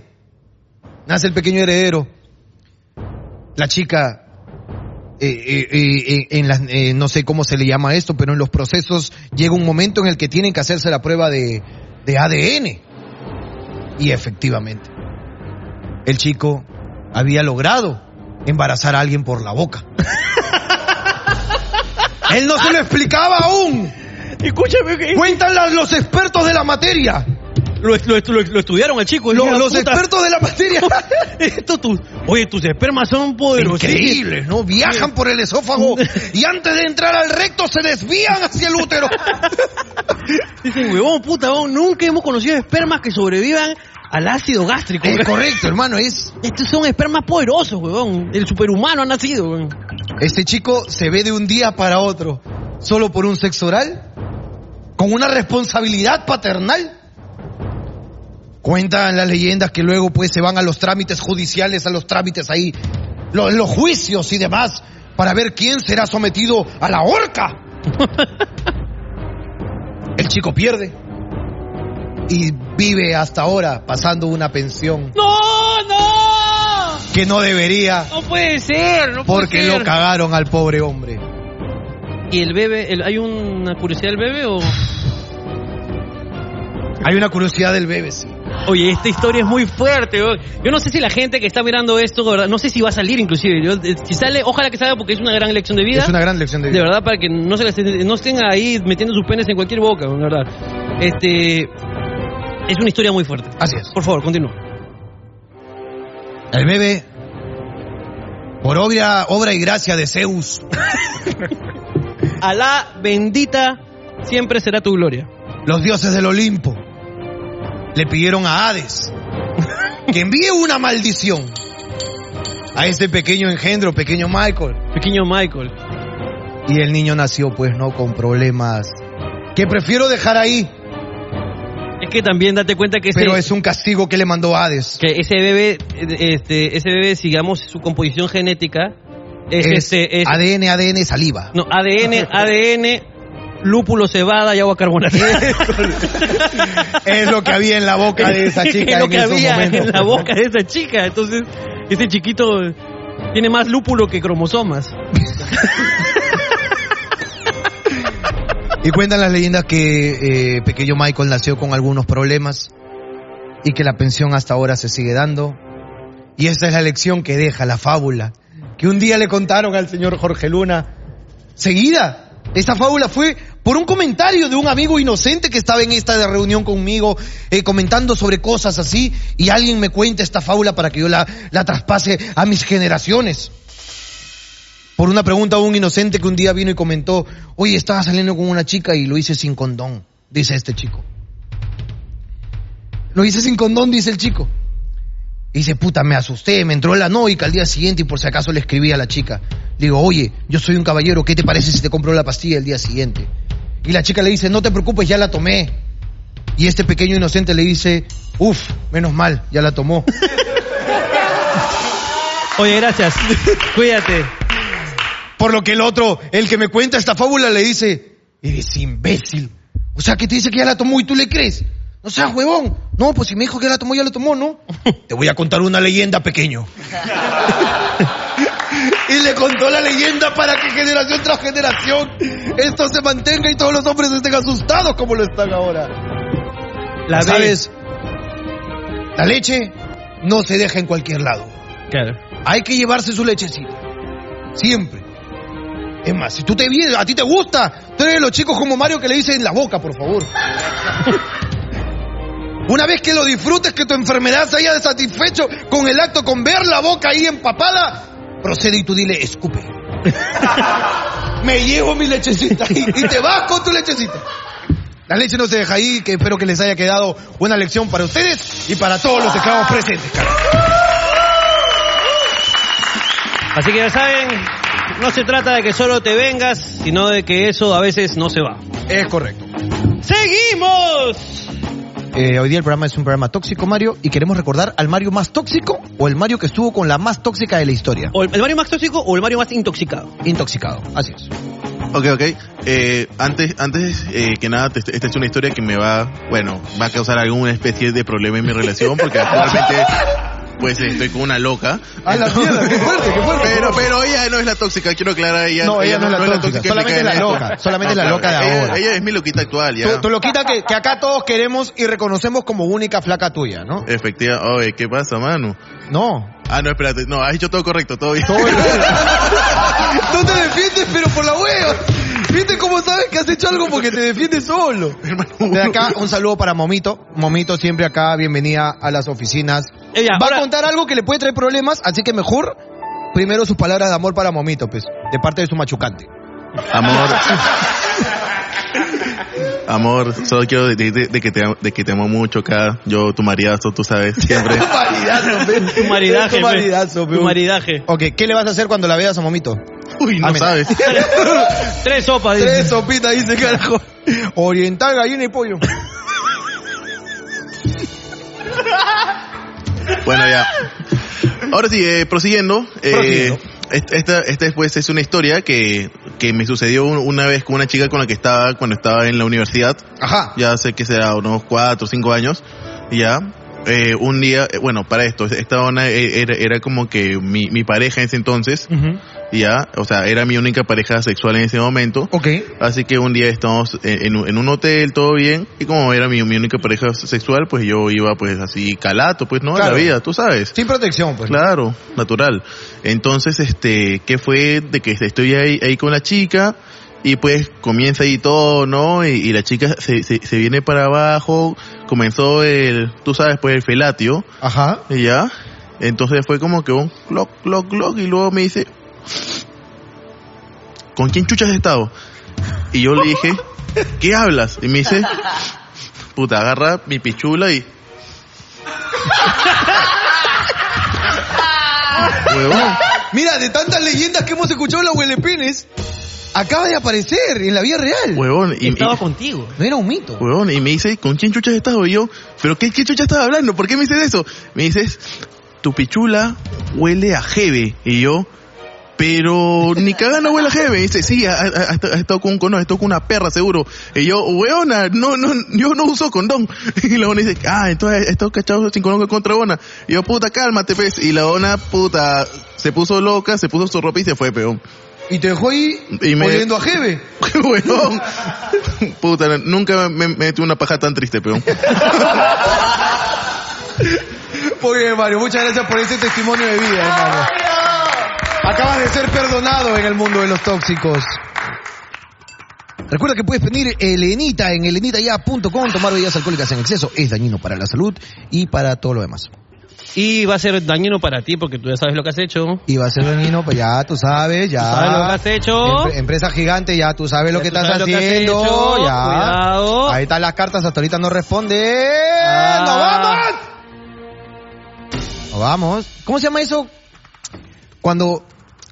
Speaker 1: Nace el pequeño heredero. La chica, eh, eh, eh, eh, en las, eh, no sé cómo se le llama esto, pero en los procesos llega un momento en el que tienen que hacerse la prueba de, de ADN. Y efectivamente, el chico había logrado embarazar a alguien por la boca. Él no se lo explicaba aún.
Speaker 4: Escúchame, que
Speaker 1: Cuentan las- los expertos de la materia.
Speaker 4: lo, lo, lo, lo estudiaron al chico.
Speaker 1: Lo-
Speaker 4: Dijeron,
Speaker 1: los
Speaker 4: "Puta,
Speaker 1: expertos de la materia.
Speaker 4: Esto tus, oye, tus espermas son poderosísimos.
Speaker 1: Increíbles, ¿no? Viajan por el esófago y antes de entrar al recto se desvían hacia el útero.
Speaker 4: Dicen, huevón, puta, huevón, nunca hemos conocido espermas que sobrevivan al ácido gástrico.
Speaker 1: Es correcto, hermano, es.
Speaker 4: Estos son espermas poderosos, huevón. El superhumano ha nacido, huevón.
Speaker 1: Este chico se ve de un día para otro, solo por un sexo oral, con una responsabilidad paternal. Cuentan las leyendas que luego pues se van a los trámites judiciales, a los trámites ahí, lo- los, juicios y demás, para ver quién será sometido a la horca. El chico pierde y vive hasta ahora pasando una pensión
Speaker 4: ¡No, no!
Speaker 1: que no debería
Speaker 4: No puede ser, no puede
Speaker 1: porque
Speaker 4: ser.
Speaker 1: lo cagaron al pobre hombre.
Speaker 4: ¿Y el bebé? el- ¿Hay una curiosidad del bebé o...?
Speaker 1: Hay una curiosidad del bebé, sí.
Speaker 4: Oye, esta historia es muy fuerte. weón. Yo no sé si la gente que está mirando esto, de verdad, no sé si va a salir inclusive. Yo, eh, si sale, ojalá que salga porque es una gran lección de vida.
Speaker 1: Es una gran lección de
Speaker 4: De
Speaker 1: vida.
Speaker 4: verdad, para que no se las- no estén ahí metiendo sus penes en cualquier boca, weón, de verdad. Este... Es una historia muy fuerte.
Speaker 1: Así es.
Speaker 4: Por favor, continúa.
Speaker 1: El bebé, por obvia obra y gracia de Zeus,
Speaker 4: Alá bendita siempre será tu gloria.
Speaker 1: los dioses del Olimpo le pidieron a Hades que envíe una maldición a este pequeño engendro, pequeño Michael.
Speaker 4: Pequeño Michael.
Speaker 1: Y el niño nació, pues no, con problemas que prefiero dejar ahí,
Speaker 4: Es que también date cuenta que ese,
Speaker 1: pero es un castigo que le mandó Hades.
Speaker 4: que ese bebé, eh, este, ese bebé, sigamos su composición genética, es, este, es-
Speaker 1: ADN, ADN, saliva.
Speaker 4: no, ADN, ADN, lúpulo, cebada y agua carbonatada.
Speaker 1: Es lo que había en la boca Ah, de esa chica
Speaker 4: es lo
Speaker 1: en
Speaker 4: que
Speaker 1: esos
Speaker 4: había en
Speaker 1: momentos.
Speaker 4: la boca de esa chica. Entonces, Ese chiquito tiene más lúpulo que cromosomas.
Speaker 1: Y cuentan las leyendas que eh, pequeño Michael nació con algunos problemas y que la pensión hasta ahora se sigue dando. Y esa es la lección que deja la fábula, que un día le contaron al señor Jorge Luna. Seguida, esta fábula fue por un comentario de un amigo inocente que estaba en esta reunión conmigo eh, comentando sobre cosas así y alguien me cuenta esta fábula para que yo la, la traspase a mis generaciones por una pregunta a un inocente que un día vino y comentó, oye, estaba saliendo con una chica y lo hice sin condón, dice este chico. Lo hice sin condón, dice el chico. Y dice, puta, me asusté, me entró la noica al día siguiente y por si acaso le escribí a la chica. Le digo, oye, yo soy un caballero, ¿qué te parece si te compro la pastilla el día siguiente? Y la chica le dice, no te preocupes, ya la tomé. Y este pequeño inocente le dice, uff, menos mal, ya la tomó.
Speaker 4: Oye, gracias. Cuídate.
Speaker 1: Por lo que el otro, el que me cuenta esta fábula, le dice, eres imbécil. O sea, que te dice que ya la tomó y tú le crees. No seas huevón. No, pues si me dijo que ya la tomó, ya la tomó, ¿no? Te voy a contar una leyenda, pequeño. y le contó la leyenda para que generación tras generación esto se mantenga y todos los hombres estén asustados como lo están ahora.
Speaker 4: La
Speaker 1: ¿Sabes?
Speaker 4: vez.
Speaker 1: La leche no se deja en cualquier lado.
Speaker 4: Claro.
Speaker 1: Hay que llevarse su lechecita. Siempre. Es más, si tú te vienes, a ti te gusta, tú eres de los chicos como Mario que le dicen en la boca, por favor. Una vez que lo disfrutes, que tu enfermedad se haya satisfecho con el acto, con ver la boca ahí empapada, procede y tú dile, escupe. Me llevo mi lechecita y, y te vas con tu lechecita. La leche no se deja ahí, que espero que les haya quedado buena lección para ustedes y para todos los esclavos presentes. carajo.
Speaker 4: Así que ya saben, no se trata de que solo te vengas, sino de que eso a veces no se va.
Speaker 1: Es correcto.
Speaker 4: ¡Seguimos!
Speaker 1: Eh, hoy día el programa es un programa tóxico, Mario, y queremos recordar al Mario más tóxico o el Mario que estuvo con la más tóxica de la historia.
Speaker 4: O el, el Mario más tóxico o el Mario más intoxicado.
Speaker 1: Intoxicado, así es.
Speaker 5: Ok, ok. Eh, antes antes eh, que nada, te- esta es una historia que me va, bueno, va a causar alguna especie de problema en mi relación porque actualmente pues eh, estoy con una loca.
Speaker 1: A la mierda, qué fuerte, qué fuerte.
Speaker 5: Pero, pero ella no es la tóxica, quiero aclarar, ella
Speaker 1: No, ella no es la tóxica,
Speaker 5: que
Speaker 1: solamente
Speaker 5: me cae
Speaker 1: es la
Speaker 5: mal.
Speaker 1: loca, solamente es la loca de
Speaker 5: ella-
Speaker 1: ahora.
Speaker 5: Ah, Ella es mi loquita actual, ya.
Speaker 1: Tú, tú lo quita que, que acá todos queremos y reconocemos como única flaca tuya, ¿no?
Speaker 5: Efectiva, oye, ¿qué pasa, mano?
Speaker 1: No.
Speaker 5: Ah, no, espérate, no, has hecho todo correcto, todo bien.
Speaker 1: No te defiendes, pero por la hueva. ¿Viste cómo sabes que has hecho algo porque te defiendes solo? De acá, un saludo para Momito. Momito siempre acá, bienvenida a las oficinas.
Speaker 4: Ella,
Speaker 1: Va
Speaker 4: Eh, ahora-
Speaker 1: a contar algo que le puede traer problemas, así que mejor primero sus palabras de amor para Momito, pues, de parte de su machucante.
Speaker 5: Amor. Amor, solo quiero decirte de que te, am- de que te amo mucho acá. Yo, tu maridazo, tú sabes, siempre.
Speaker 4: Tu maridaje.
Speaker 1: Tu
Speaker 4: pe.
Speaker 1: maridazo, pe.
Speaker 4: Tu maridaje.
Speaker 1: Ok, ¿qué le vas a hacer cuando la veas a Momito?
Speaker 5: Uy, no
Speaker 1: Amén.
Speaker 5: Ah, sabes.
Speaker 4: Tres sopas. dice.
Speaker 1: Tres sopitas, dice carajo. Oriental, gallina y pollo.
Speaker 5: Bueno, ya. Ahora sí, eh, prosiguiendo. eh,
Speaker 1: Prosiguiendo.
Speaker 5: est- esta, esta pues, es una historia que, que me sucedió un- una vez con una chica con la que estaba cuando estaba en la universidad.
Speaker 1: Ajá.
Speaker 5: Ya sé que será unos cuatro o cinco años. Ya. Eh, un día, eh, bueno, para esto, esta ona eh, era, era como que mi, mi pareja en ese entonces. ya, o sea, era mi única pareja sexual en ese momento.
Speaker 1: Ok.
Speaker 5: Así que un día estamos en, en un- en un hotel, todo bien, y como era mi, mi única pareja sexual, pues yo iba pues así calato, pues no, a
Speaker 1: Claro.
Speaker 5: la vida, tú sabes.
Speaker 1: Sin protección, pues.
Speaker 5: Claro, natural. Entonces, este, ¿qué fue de que estoy ahí, ahí con la chica? Y pues comienza ahí todo, ¿no? Y, y la chica se, se, se viene para abajo, comenzó el, tú sabes, pues el felatio.
Speaker 1: Ajá.
Speaker 5: Y ya. Entonces fue como que un clock, clock, clock. Y luego me dice, ¿con quién chuchas has estado? Y yo le dije, ¿qué hablas? Y me dice, puta, agarra mi pichula y... Huevón.
Speaker 1: Mira, de tantas leyendas que hemos escuchado en la Huelepines, acaba de aparecer en la vida real.
Speaker 5: Huevón. Y, y-
Speaker 4: Estaba contigo.
Speaker 1: No era un mito.
Speaker 5: huevón, y me dice, ¿con quién chuchas has estado? Y yo, ¿pero qué, qué chuchas estás hablando? ¿Por qué me dices eso? Me dices, tu pichula huele a jeve. Y yo,
Speaker 6: Pero ni cagando huele a jeve. Y Dice, sí, has estado con un condón, has estado con una perra, seguro. Y yo, weona, no, no, yo no uso condón. Y la ona dice, ah, entonces estos cachados sin condón contra ona. Y yo, puta, cálmate, pues. Y la ona, puta, se puso loca, se puso su ropa y se fue, peón.
Speaker 1: Y te dejó ahí
Speaker 6: Y me-
Speaker 1: oliendo a jeve.
Speaker 6: weón. Puta, nunca me me metí una paja tan triste, peón.
Speaker 1: Muy bien, Mario. Muchas gracias por ese testimonio de vida, hermano. Acabas de ser perdonado en el mundo de los tóxicos. Recuerda que puedes pedir Elenita en elenitaya.com. Tomar bebidas alcohólicas en exceso es dañino para la salud y para todo lo demás.
Speaker 4: Y va a ser dañino para ti porque tú ya sabes lo que has hecho.
Speaker 1: Y va a ser dañino, pues ya tú sabes, ya.
Speaker 4: ¿Sabes lo que has hecho?
Speaker 1: Empre- empresa gigante, ya tú sabes lo
Speaker 4: Ya
Speaker 1: que
Speaker 4: tú
Speaker 1: estás
Speaker 4: sabes lo que has
Speaker 1: haciendo.
Speaker 4: hecho,
Speaker 1: ya.
Speaker 4: cuidado.
Speaker 1: Ahí están las cartas, hasta ahorita no responde.
Speaker 4: Ah.
Speaker 1: ¡Nos vamos! Nos vamos. ¿Cómo se llama eso? Cuando,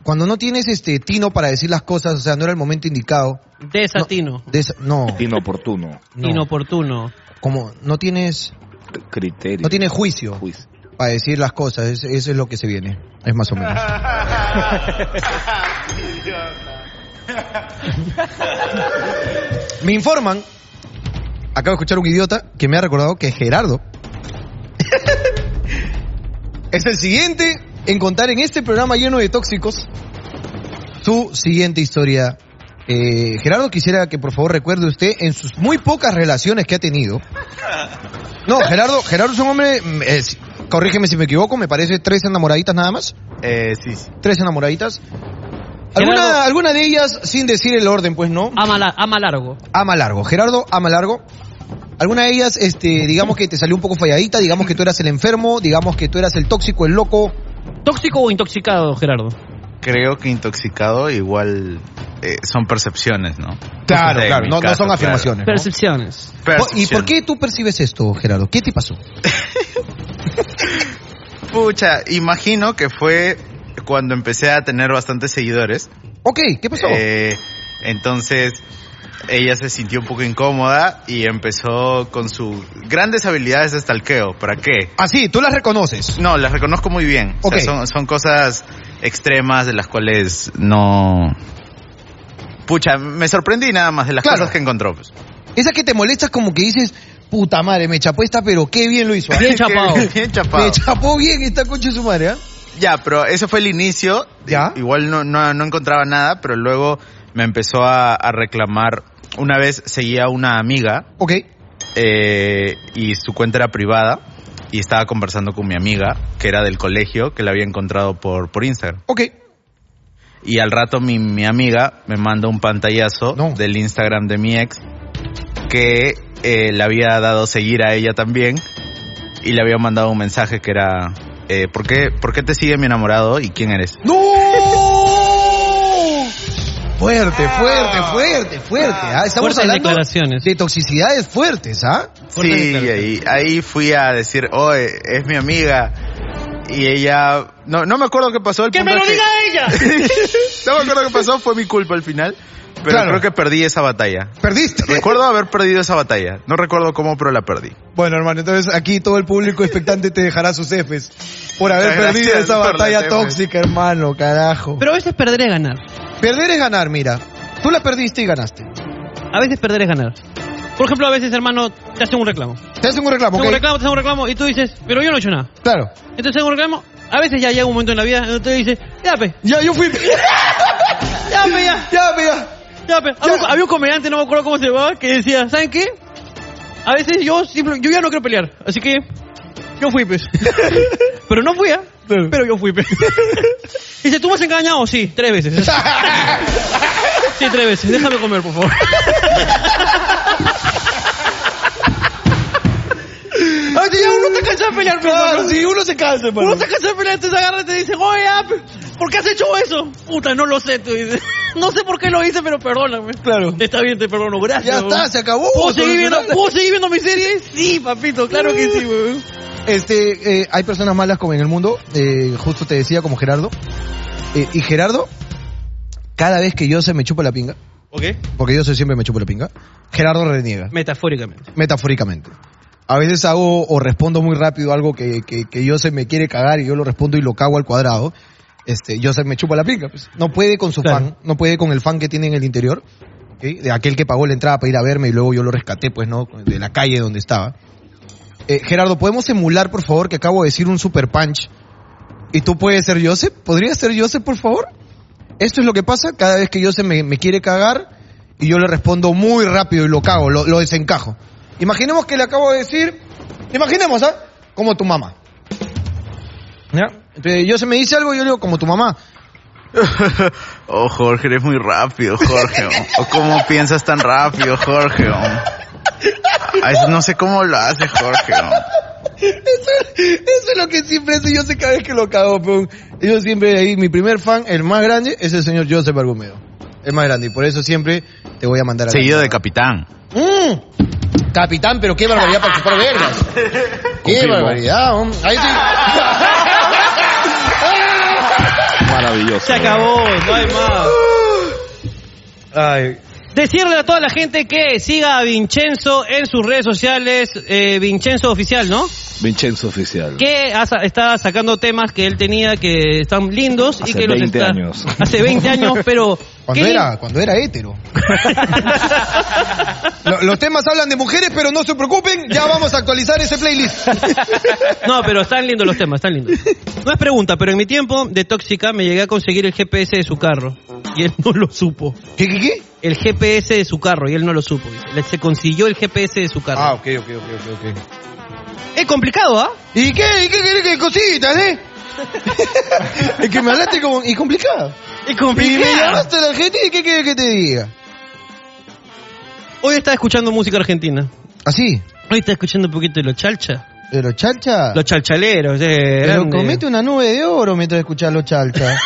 Speaker 1: cuando no tienes este tino para decir las cosas, o sea, no era el momento indicado.
Speaker 4: Desatino.
Speaker 1: De esa- no,
Speaker 7: Inoportuno.
Speaker 1: no.
Speaker 4: Inoportuno.
Speaker 1: Como no tienes,
Speaker 7: Criterio.
Speaker 1: no tienes juicio
Speaker 7: Juicio.
Speaker 1: para decir las cosas. Es- eso es lo que se viene. Es más o menos. Me informan, acabo de escuchar un idiota que me ha recordado que Gerardo es el siguiente en contar en este programa lleno de tóxicos su siguiente historia. Eh, Gerardo, quisiera que por favor recuerde usted en sus muy pocas relaciones que ha tenido. No, Gerardo, Gerardo es un hombre, mm, es- corrígeme si me equivoco, me parece tres enamoraditas nada más.
Speaker 5: Eh, sí, sí.
Speaker 1: Tres enamoraditas.
Speaker 4: Gerardo. Ah.
Speaker 1: Alguna, alguna de ellas sin decir el orden, pues no.
Speaker 4: Ama, la- ama largo.
Speaker 1: Ama Largo. Gerardo, Ama Largo. Alguna de ellas, este, digamos que te salió un poco falladita, digamos que tú eras el enfermo, digamos que tú eras el tóxico, el loco.
Speaker 4: ¿Tóxico o intoxicado, Gerardo?
Speaker 5: Creo que intoxicado igual eh, son percepciones, ¿no?
Speaker 1: Claro,
Speaker 5: De
Speaker 1: claro,
Speaker 5: mi
Speaker 1: no- no son afirmaciones.
Speaker 4: Percepciones.
Speaker 1: ¿Y por qué tú percibes esto, Gerardo? ¿Qué te pasó?
Speaker 5: Pucha, imagino que fue cuando empecé a tener bastantes seguidores.
Speaker 1: Ok, ¿qué pasó?
Speaker 5: Eh, entonces ella se sintió un poco incómoda y empezó con sus grandes habilidades de stalkeo. ¿Para qué?
Speaker 1: Así, Ah, tú las reconoces.
Speaker 5: No, las reconozco muy bien. O
Speaker 1: Ok.
Speaker 5: sea, son, son cosas extremas de las cuales no... Pucha, me sorprendí nada más de las
Speaker 1: Claro.
Speaker 5: cosas que encontró. pues.
Speaker 1: Esas que te molestas como que dices, puta madre, me chapó esta, pero qué bien lo hizo. ¿ah?
Speaker 4: Bien chapado.
Speaker 5: Bien chapado.
Speaker 1: Me chapó bien esta concha de su madre, ¿ah?
Speaker 5: Ya, pero eso fue el inicio.
Speaker 1: Ya.
Speaker 5: I- Igual no, no, no encontraba nada, pero luego me empezó a, a reclamar. Una vez seguía una amiga
Speaker 1: Ok.
Speaker 5: eh, y su cuenta era privada y estaba conversando con mi amiga, que era del colegio, que la había encontrado por, por Instagram.
Speaker 1: Ok.
Speaker 5: Y al rato mi, mi amiga me manda un pantallazo
Speaker 1: No.
Speaker 5: del Instagram de mi ex que eh, le había dado seguir a ella también y le había mandado un mensaje que era eh, ¿por, qué, ¿por qué te sigue mi enamorado y quién eres?
Speaker 1: ¡No! Fuerte, fuerte, fuerte, fuerte. ¿ah? Estamos
Speaker 4: Fuertes
Speaker 1: hablando
Speaker 4: declaraciones.
Speaker 1: de toxicidades fuertes, ¿ah?
Speaker 4: Fuerte
Speaker 5: Sí,
Speaker 4: declaración.
Speaker 5: ahí, ahí fui a decir, oye, es mi amiga. Y ella, no, no me acuerdo qué pasó. El
Speaker 2: ¡Que
Speaker 5: punto
Speaker 2: me lo
Speaker 5: es que-
Speaker 2: diga ella!
Speaker 5: No me acuerdo qué pasó, fue mi culpa al final. Pero
Speaker 1: Claro.
Speaker 5: creo que perdí esa batalla.
Speaker 1: Perdiste.
Speaker 5: Recuerdo haber perdido esa batalla. No recuerdo cómo, pero la perdí.
Speaker 1: Bueno, hermano, entonces aquí todo el público expectante te dejará sus Fs por haber
Speaker 5: Muchas
Speaker 1: perdido
Speaker 5: gracias
Speaker 1: esa
Speaker 5: por las
Speaker 1: batalla
Speaker 5: Fs.
Speaker 1: tóxica, hermano, carajo.
Speaker 4: Pero a veces perder es ganar.
Speaker 1: perder es ganar, mira. Tú la perdiste y ganaste.
Speaker 4: A veces perder es ganar. Por ejemplo, a veces, hermano, te hacen un reclamo. Te
Speaker 1: Te hacen un reclamo,
Speaker 4: hacen
Speaker 1: ¿ok?
Speaker 4: un reclamo, te hacen un reclamo, y tú dices, pero yo no he hecho nada.
Speaker 1: Claro.
Speaker 4: Entonces hacen un reclamo. A veces ya llega un momento en la vida donde tú dices, ya pe,
Speaker 1: Ya, yo fui.
Speaker 4: ya pe, ya,
Speaker 1: ya, mira.
Speaker 4: ya pe. Había, un- había un comediante, no me acuerdo cómo se llamaba, que decía, ¿saben qué? A veces yo simple- yo ya no quiero pelear, así que yo fui, pues. pero no fui, ¿ah? Pero yo fui, pues. Dice, ¿tú me has engañado? Sí, tres veces. Sí, tres veces. Déjame comer, por favor.
Speaker 1: Ay, sí,
Speaker 4: uno te cansa de pelear, pero
Speaker 1: Claro,
Speaker 4: no.
Speaker 1: sí, uno se cansa, hermano.
Speaker 4: Uno te cansa de pelear, entonces agarra y te dice, oye, ah, ¿por qué has hecho eso? Puta, no lo sé, tú dices. No sé por qué lo hice, pero perdóname.
Speaker 1: Claro.
Speaker 4: Está bien, te perdono, gracias.
Speaker 1: Ya
Speaker 4: weón.
Speaker 1: está, se acabó.
Speaker 4: ¿Puedo seguir, viendo,
Speaker 1: Solucionaste.
Speaker 4: ¿Puedo seguir viendo mi serie? Sí, papito, claro que sí, weón.
Speaker 1: Este, eh, hay personas malas como en el mundo, eh, justo te decía como Gerardo. Eh, y Gerardo, cada vez que yo se me chupa la pinga,
Speaker 4: ¿Ok?
Speaker 1: porque yo siempre me chupo la pinga, Gerardo reniega,
Speaker 4: Metafóricamente.
Speaker 1: metafóricamente. A veces hago o respondo muy rápido algo que, que, que yo se me quiere cagar y yo lo respondo y lo cago al cuadrado. este, yo se me chupa la pinga. pues. No puede con su
Speaker 4: Claro.
Speaker 1: fan, no puede con el fan que tiene en el interior, ¿ok? de aquel que pagó la entrada para ir a verme y luego yo lo rescaté, pues, ¿no? De la calle donde estaba. Eh, Gerardo, ¿podemos emular, por favor, que acabo de decir un super punch? ¿Y tú puedes ser Joseph? ¿Podrías ser Joseph, por favor? Esto es lo que pasa cada vez que Joseph me, me quiere cagar y yo le respondo muy rápido y lo cago, lo, lo desencajo. Imaginemos que le acabo de decir, imaginemos, ¿ah? Como tu mamá. ¿Ya? Entonces Joseph me dice algo y yo le digo, como tu mamá.
Speaker 5: Oh, Jorge, eres muy rápido, Jorge. ¿O cómo piensas tan rápido, Jorge? Ay, no sé cómo lo haces, Jorge.
Speaker 1: Eso, eso es lo que siempre hace Joseph cada vez que lo cago, peón. Yo siempre ahí, mi primer fan, el más grande, es el señor Joseph Argumedo. El más grande, y por eso siempre te voy a mandar a la
Speaker 5: Seguido de
Speaker 1: mierda.
Speaker 5: capitán.
Speaker 1: Mm. Capitán, pero qué barbaridad para chupar vergas. Qué barbaridad, hom. Ahí sí.
Speaker 7: Maravilloso.
Speaker 4: Se acabó, no hay más.
Speaker 1: Ay.
Speaker 4: Decirle a toda la gente que siga a Vincenzo en sus redes sociales, eh, Vincenzo Oficial, ¿no?
Speaker 7: Vincenzo Oficial.
Speaker 4: Que ha sa- está sacando temas que él tenía que están lindos y
Speaker 7: Hace
Speaker 4: que los
Speaker 7: 20
Speaker 4: está-
Speaker 7: años.
Speaker 4: Hace 20 años, pero...
Speaker 1: Cuando
Speaker 4: ¿qué
Speaker 1: era, cuando era hétero. Lo- Los temas hablan de mujeres, pero no se preocupen, ya vamos a actualizar ese playlist.
Speaker 4: No, pero están lindos los temas, están lindos. No es pregunta, pero en mi tiempo de tóxica me llegué a conseguir el GPS de su carro y él no lo supo.
Speaker 1: ¿Qué, qué, qué?
Speaker 4: El GPS de su carro y él no lo supo. Le- Se consiguió el GPS de su carro.
Speaker 1: Ah, ok, ok, ok, ok, ok.
Speaker 4: Es complicado, ¿ah?
Speaker 1: ¿Y qué? ¿Y qué querés que cositas, eh? es que me hablaste como... Y complicado.
Speaker 4: Es
Speaker 1: Y me
Speaker 4: complicado.
Speaker 1: llamaste a la gente y ¿qué querés que te diga?
Speaker 4: Hoy está escuchando música argentina.
Speaker 1: Así.
Speaker 4: Hoy está escuchando un poquito de los chalcha.
Speaker 1: Pero chacha...
Speaker 4: Los chalchaleros. eh,
Speaker 1: Ah. Pero
Speaker 4: grande.
Speaker 1: comete una nube de oro mientras escuchas los chalchas.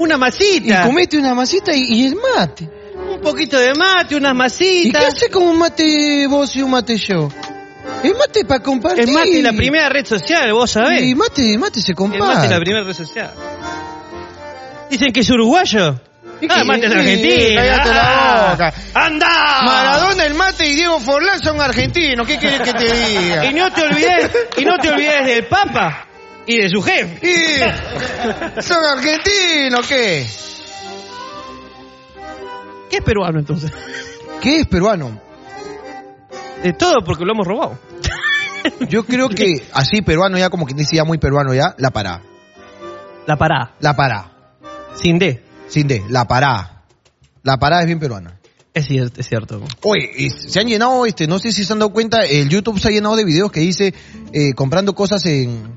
Speaker 4: una
Speaker 1: y
Speaker 4: masita.
Speaker 1: comete una masita y, y el mate.
Speaker 4: Un poquito de mate, unas
Speaker 1: ¿Y qué
Speaker 4: masitas.
Speaker 1: hace con un mate vos y un mate yo? El mate para compartir.
Speaker 4: Es mate la primera red social, vos sabés.
Speaker 1: Y mate, mate se
Speaker 4: El mate es la
Speaker 1: comparte.
Speaker 4: primera red social. Dicen que es uruguayo.
Speaker 1: ¿Y
Speaker 4: Ah,
Speaker 1: qué?
Speaker 4: el mate es
Speaker 1: Sí,
Speaker 4: argentino. Ah.
Speaker 1: cállate la boca.
Speaker 4: ¡Anda!
Speaker 1: Maradona, el mate y Diego Forlán son argentinos. ¿Qué querés que te diga?
Speaker 4: Y no te olvides, y no te olvides del Papa y de su jefe.
Speaker 1: Y son argentinos, ¿qué?
Speaker 4: ¿Qué es peruano entonces?
Speaker 1: ¿Qué es peruano?
Speaker 4: De todo porque lo hemos robado.
Speaker 1: Yo creo que así peruano ya como quien dice ya muy peruano ya, la pará.
Speaker 4: La pará,
Speaker 1: La pará.
Speaker 4: sin D.
Speaker 1: Sin D, la pará. La pará es bien peruana.
Speaker 4: Es cierto, es cierto.
Speaker 1: Oye, y se han llenado, este, no sé si se han dado cuenta, el YouTube se ha llenado de videos que dice eh, comprando cosas en,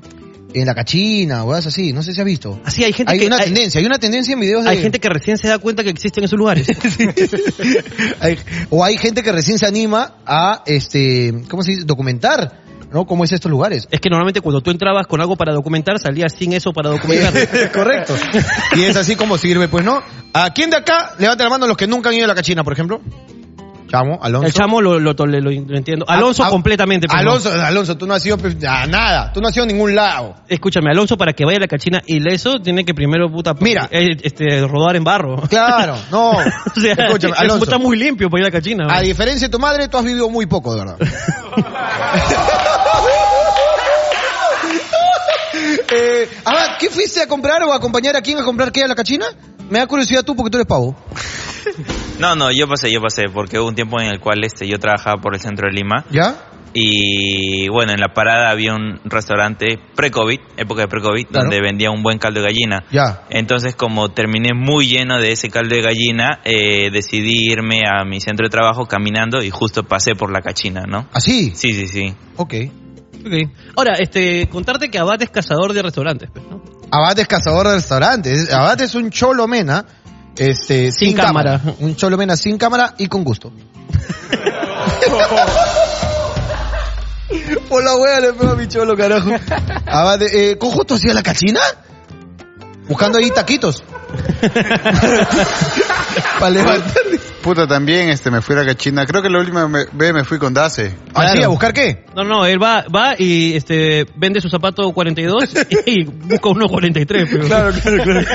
Speaker 1: en la cachina o algo así, no sé si has visto.
Speaker 4: Así hay gente
Speaker 1: hay
Speaker 4: que
Speaker 1: una
Speaker 4: hay,
Speaker 1: tendencia, hay una tendencia en videos de...
Speaker 4: hay gente que recién se da cuenta que existen esos lugares.
Speaker 1: Hay- o hay gente que recién se anima a, este, ¿cómo se dice? Documentar, ¿no? ¿Cómo es estos lugares?
Speaker 4: es que normalmente cuando tú entrabas con algo para documentar, salías sin eso para documentar.
Speaker 1: Correcto. Y es así como sirve, pues, ¿no? ¿A quién de acá levanta la mano los que nunca han ido a la cachina, por ejemplo? Chamo, Alonso.
Speaker 4: El chamo lo, lo, tole- lo entiendo. Alonso
Speaker 1: A- a-
Speaker 4: completamente. pero no.
Speaker 1: Alonso, Alonso, tú no has ido pues, a nada. Tú no has ido a ningún lado.
Speaker 4: Escúchame, Alonso, para que vaya a la cachina ileso, tiene que primero, puta,
Speaker 1: Mira.
Speaker 4: eh, este, rodar en barro.
Speaker 1: Claro, no.
Speaker 4: o sea,
Speaker 1: Escúchame,
Speaker 4: el tipo
Speaker 1: Alonso.
Speaker 4: está muy limpio para ir a la cachina.
Speaker 1: A diferencia de tu madre, tú has vivido muy poco, de verdad. eh, ah, ¿qué fuiste a comprar o a acompañar a quién a comprar qué a la cachina? Me da curiosidad tú porque tú eres pavo.
Speaker 8: No, no, yo pasé, yo pasé, porque hubo un tiempo en el cual este, yo trabajaba por el centro de Lima
Speaker 1: ¿Ya?
Speaker 8: y bueno, en la parada había un restaurante pre-COVID, época de pre-COVID,
Speaker 1: Claro.
Speaker 8: donde vendía un buen caldo de gallina.
Speaker 1: Ya.
Speaker 8: Entonces, como terminé muy lleno de ese caldo de gallina, eh, decidí irme a mi centro de trabajo caminando y justo pasé por la cachina, ¿no?
Speaker 1: ¿Así?
Speaker 8: Sí, sí, sí.
Speaker 1: Ok.
Speaker 4: Ok. Ahora, este, contarte que Abad es cazador de restaurantes. pues, ¿no?
Speaker 1: Abad es cazador de restaurantes. Abad es un cholomena este, sin,
Speaker 4: Sin
Speaker 1: cámara.
Speaker 4: cámara.
Speaker 1: Un cholomena sin cámara y con gusto. Por la wea le pego a mi cholo, carajo. Abad, eh, ¿con justo hacía la cachina? Buscando ahí taquitos. Para levantarle.
Speaker 9: Puta, también este, me fui a la cachina. Creo que la última me- vez me fui con Dace.
Speaker 1: ¿Así?
Speaker 9: Claro.
Speaker 1: ¿A buscar qué?
Speaker 4: No, no, él va, va y este, vende su zapato 42 y busca uno 43. pero-
Speaker 1: claro, claro.
Speaker 9: No, no, no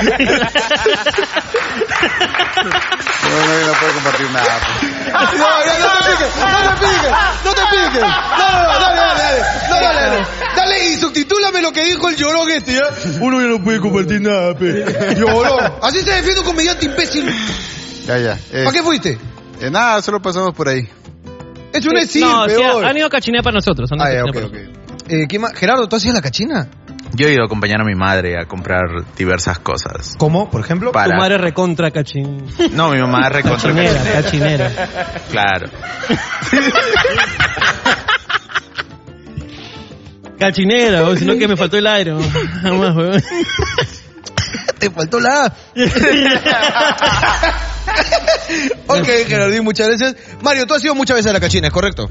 Speaker 9: puedo compartir nada. pues.
Speaker 1: No, ya no te piques, no te piques, no te piques. No, no, no, dale, dale, dale. No, dale, dale. Dale y subtitula Recuérdame lo que dijo el llorón este, ¿ya? Uno ya no puede compartir nada, pe. Llorón. Así se defiende un comediante imbécil.
Speaker 9: Ya, ya. Eh,
Speaker 1: ¿Para qué fuiste?
Speaker 9: eh, nada, solo pasamos por ahí.
Speaker 1: Es un decir,
Speaker 4: no, sí,
Speaker 1: peor.
Speaker 4: han ido a cachinear para nosotros. han ido a
Speaker 1: Ah, ya,
Speaker 4: cachinear
Speaker 1: ok,
Speaker 4: para
Speaker 1: ok. Eh, ¿qué más? Gerardo, ¿tú hacías la cachina?
Speaker 5: Yo he ido a acompañar a mi madre a comprar diversas cosas.
Speaker 1: ¿Cómo, por ejemplo?
Speaker 5: Pa-
Speaker 4: nosotros.
Speaker 5: Para.
Speaker 4: Tu madre recontra cachin...
Speaker 5: No, mi mamá es recontra
Speaker 4: cachinera.
Speaker 5: cachinera.
Speaker 4: cachinera.
Speaker 5: Claro.
Speaker 4: Cachinera, o sino que me faltó el aire. ¿no? Jamás, weón.
Speaker 1: Te faltó la A. ok, Gerardín, muchas gracias. Mario, tú has ido muchas veces a la cachina, ¿es correcto?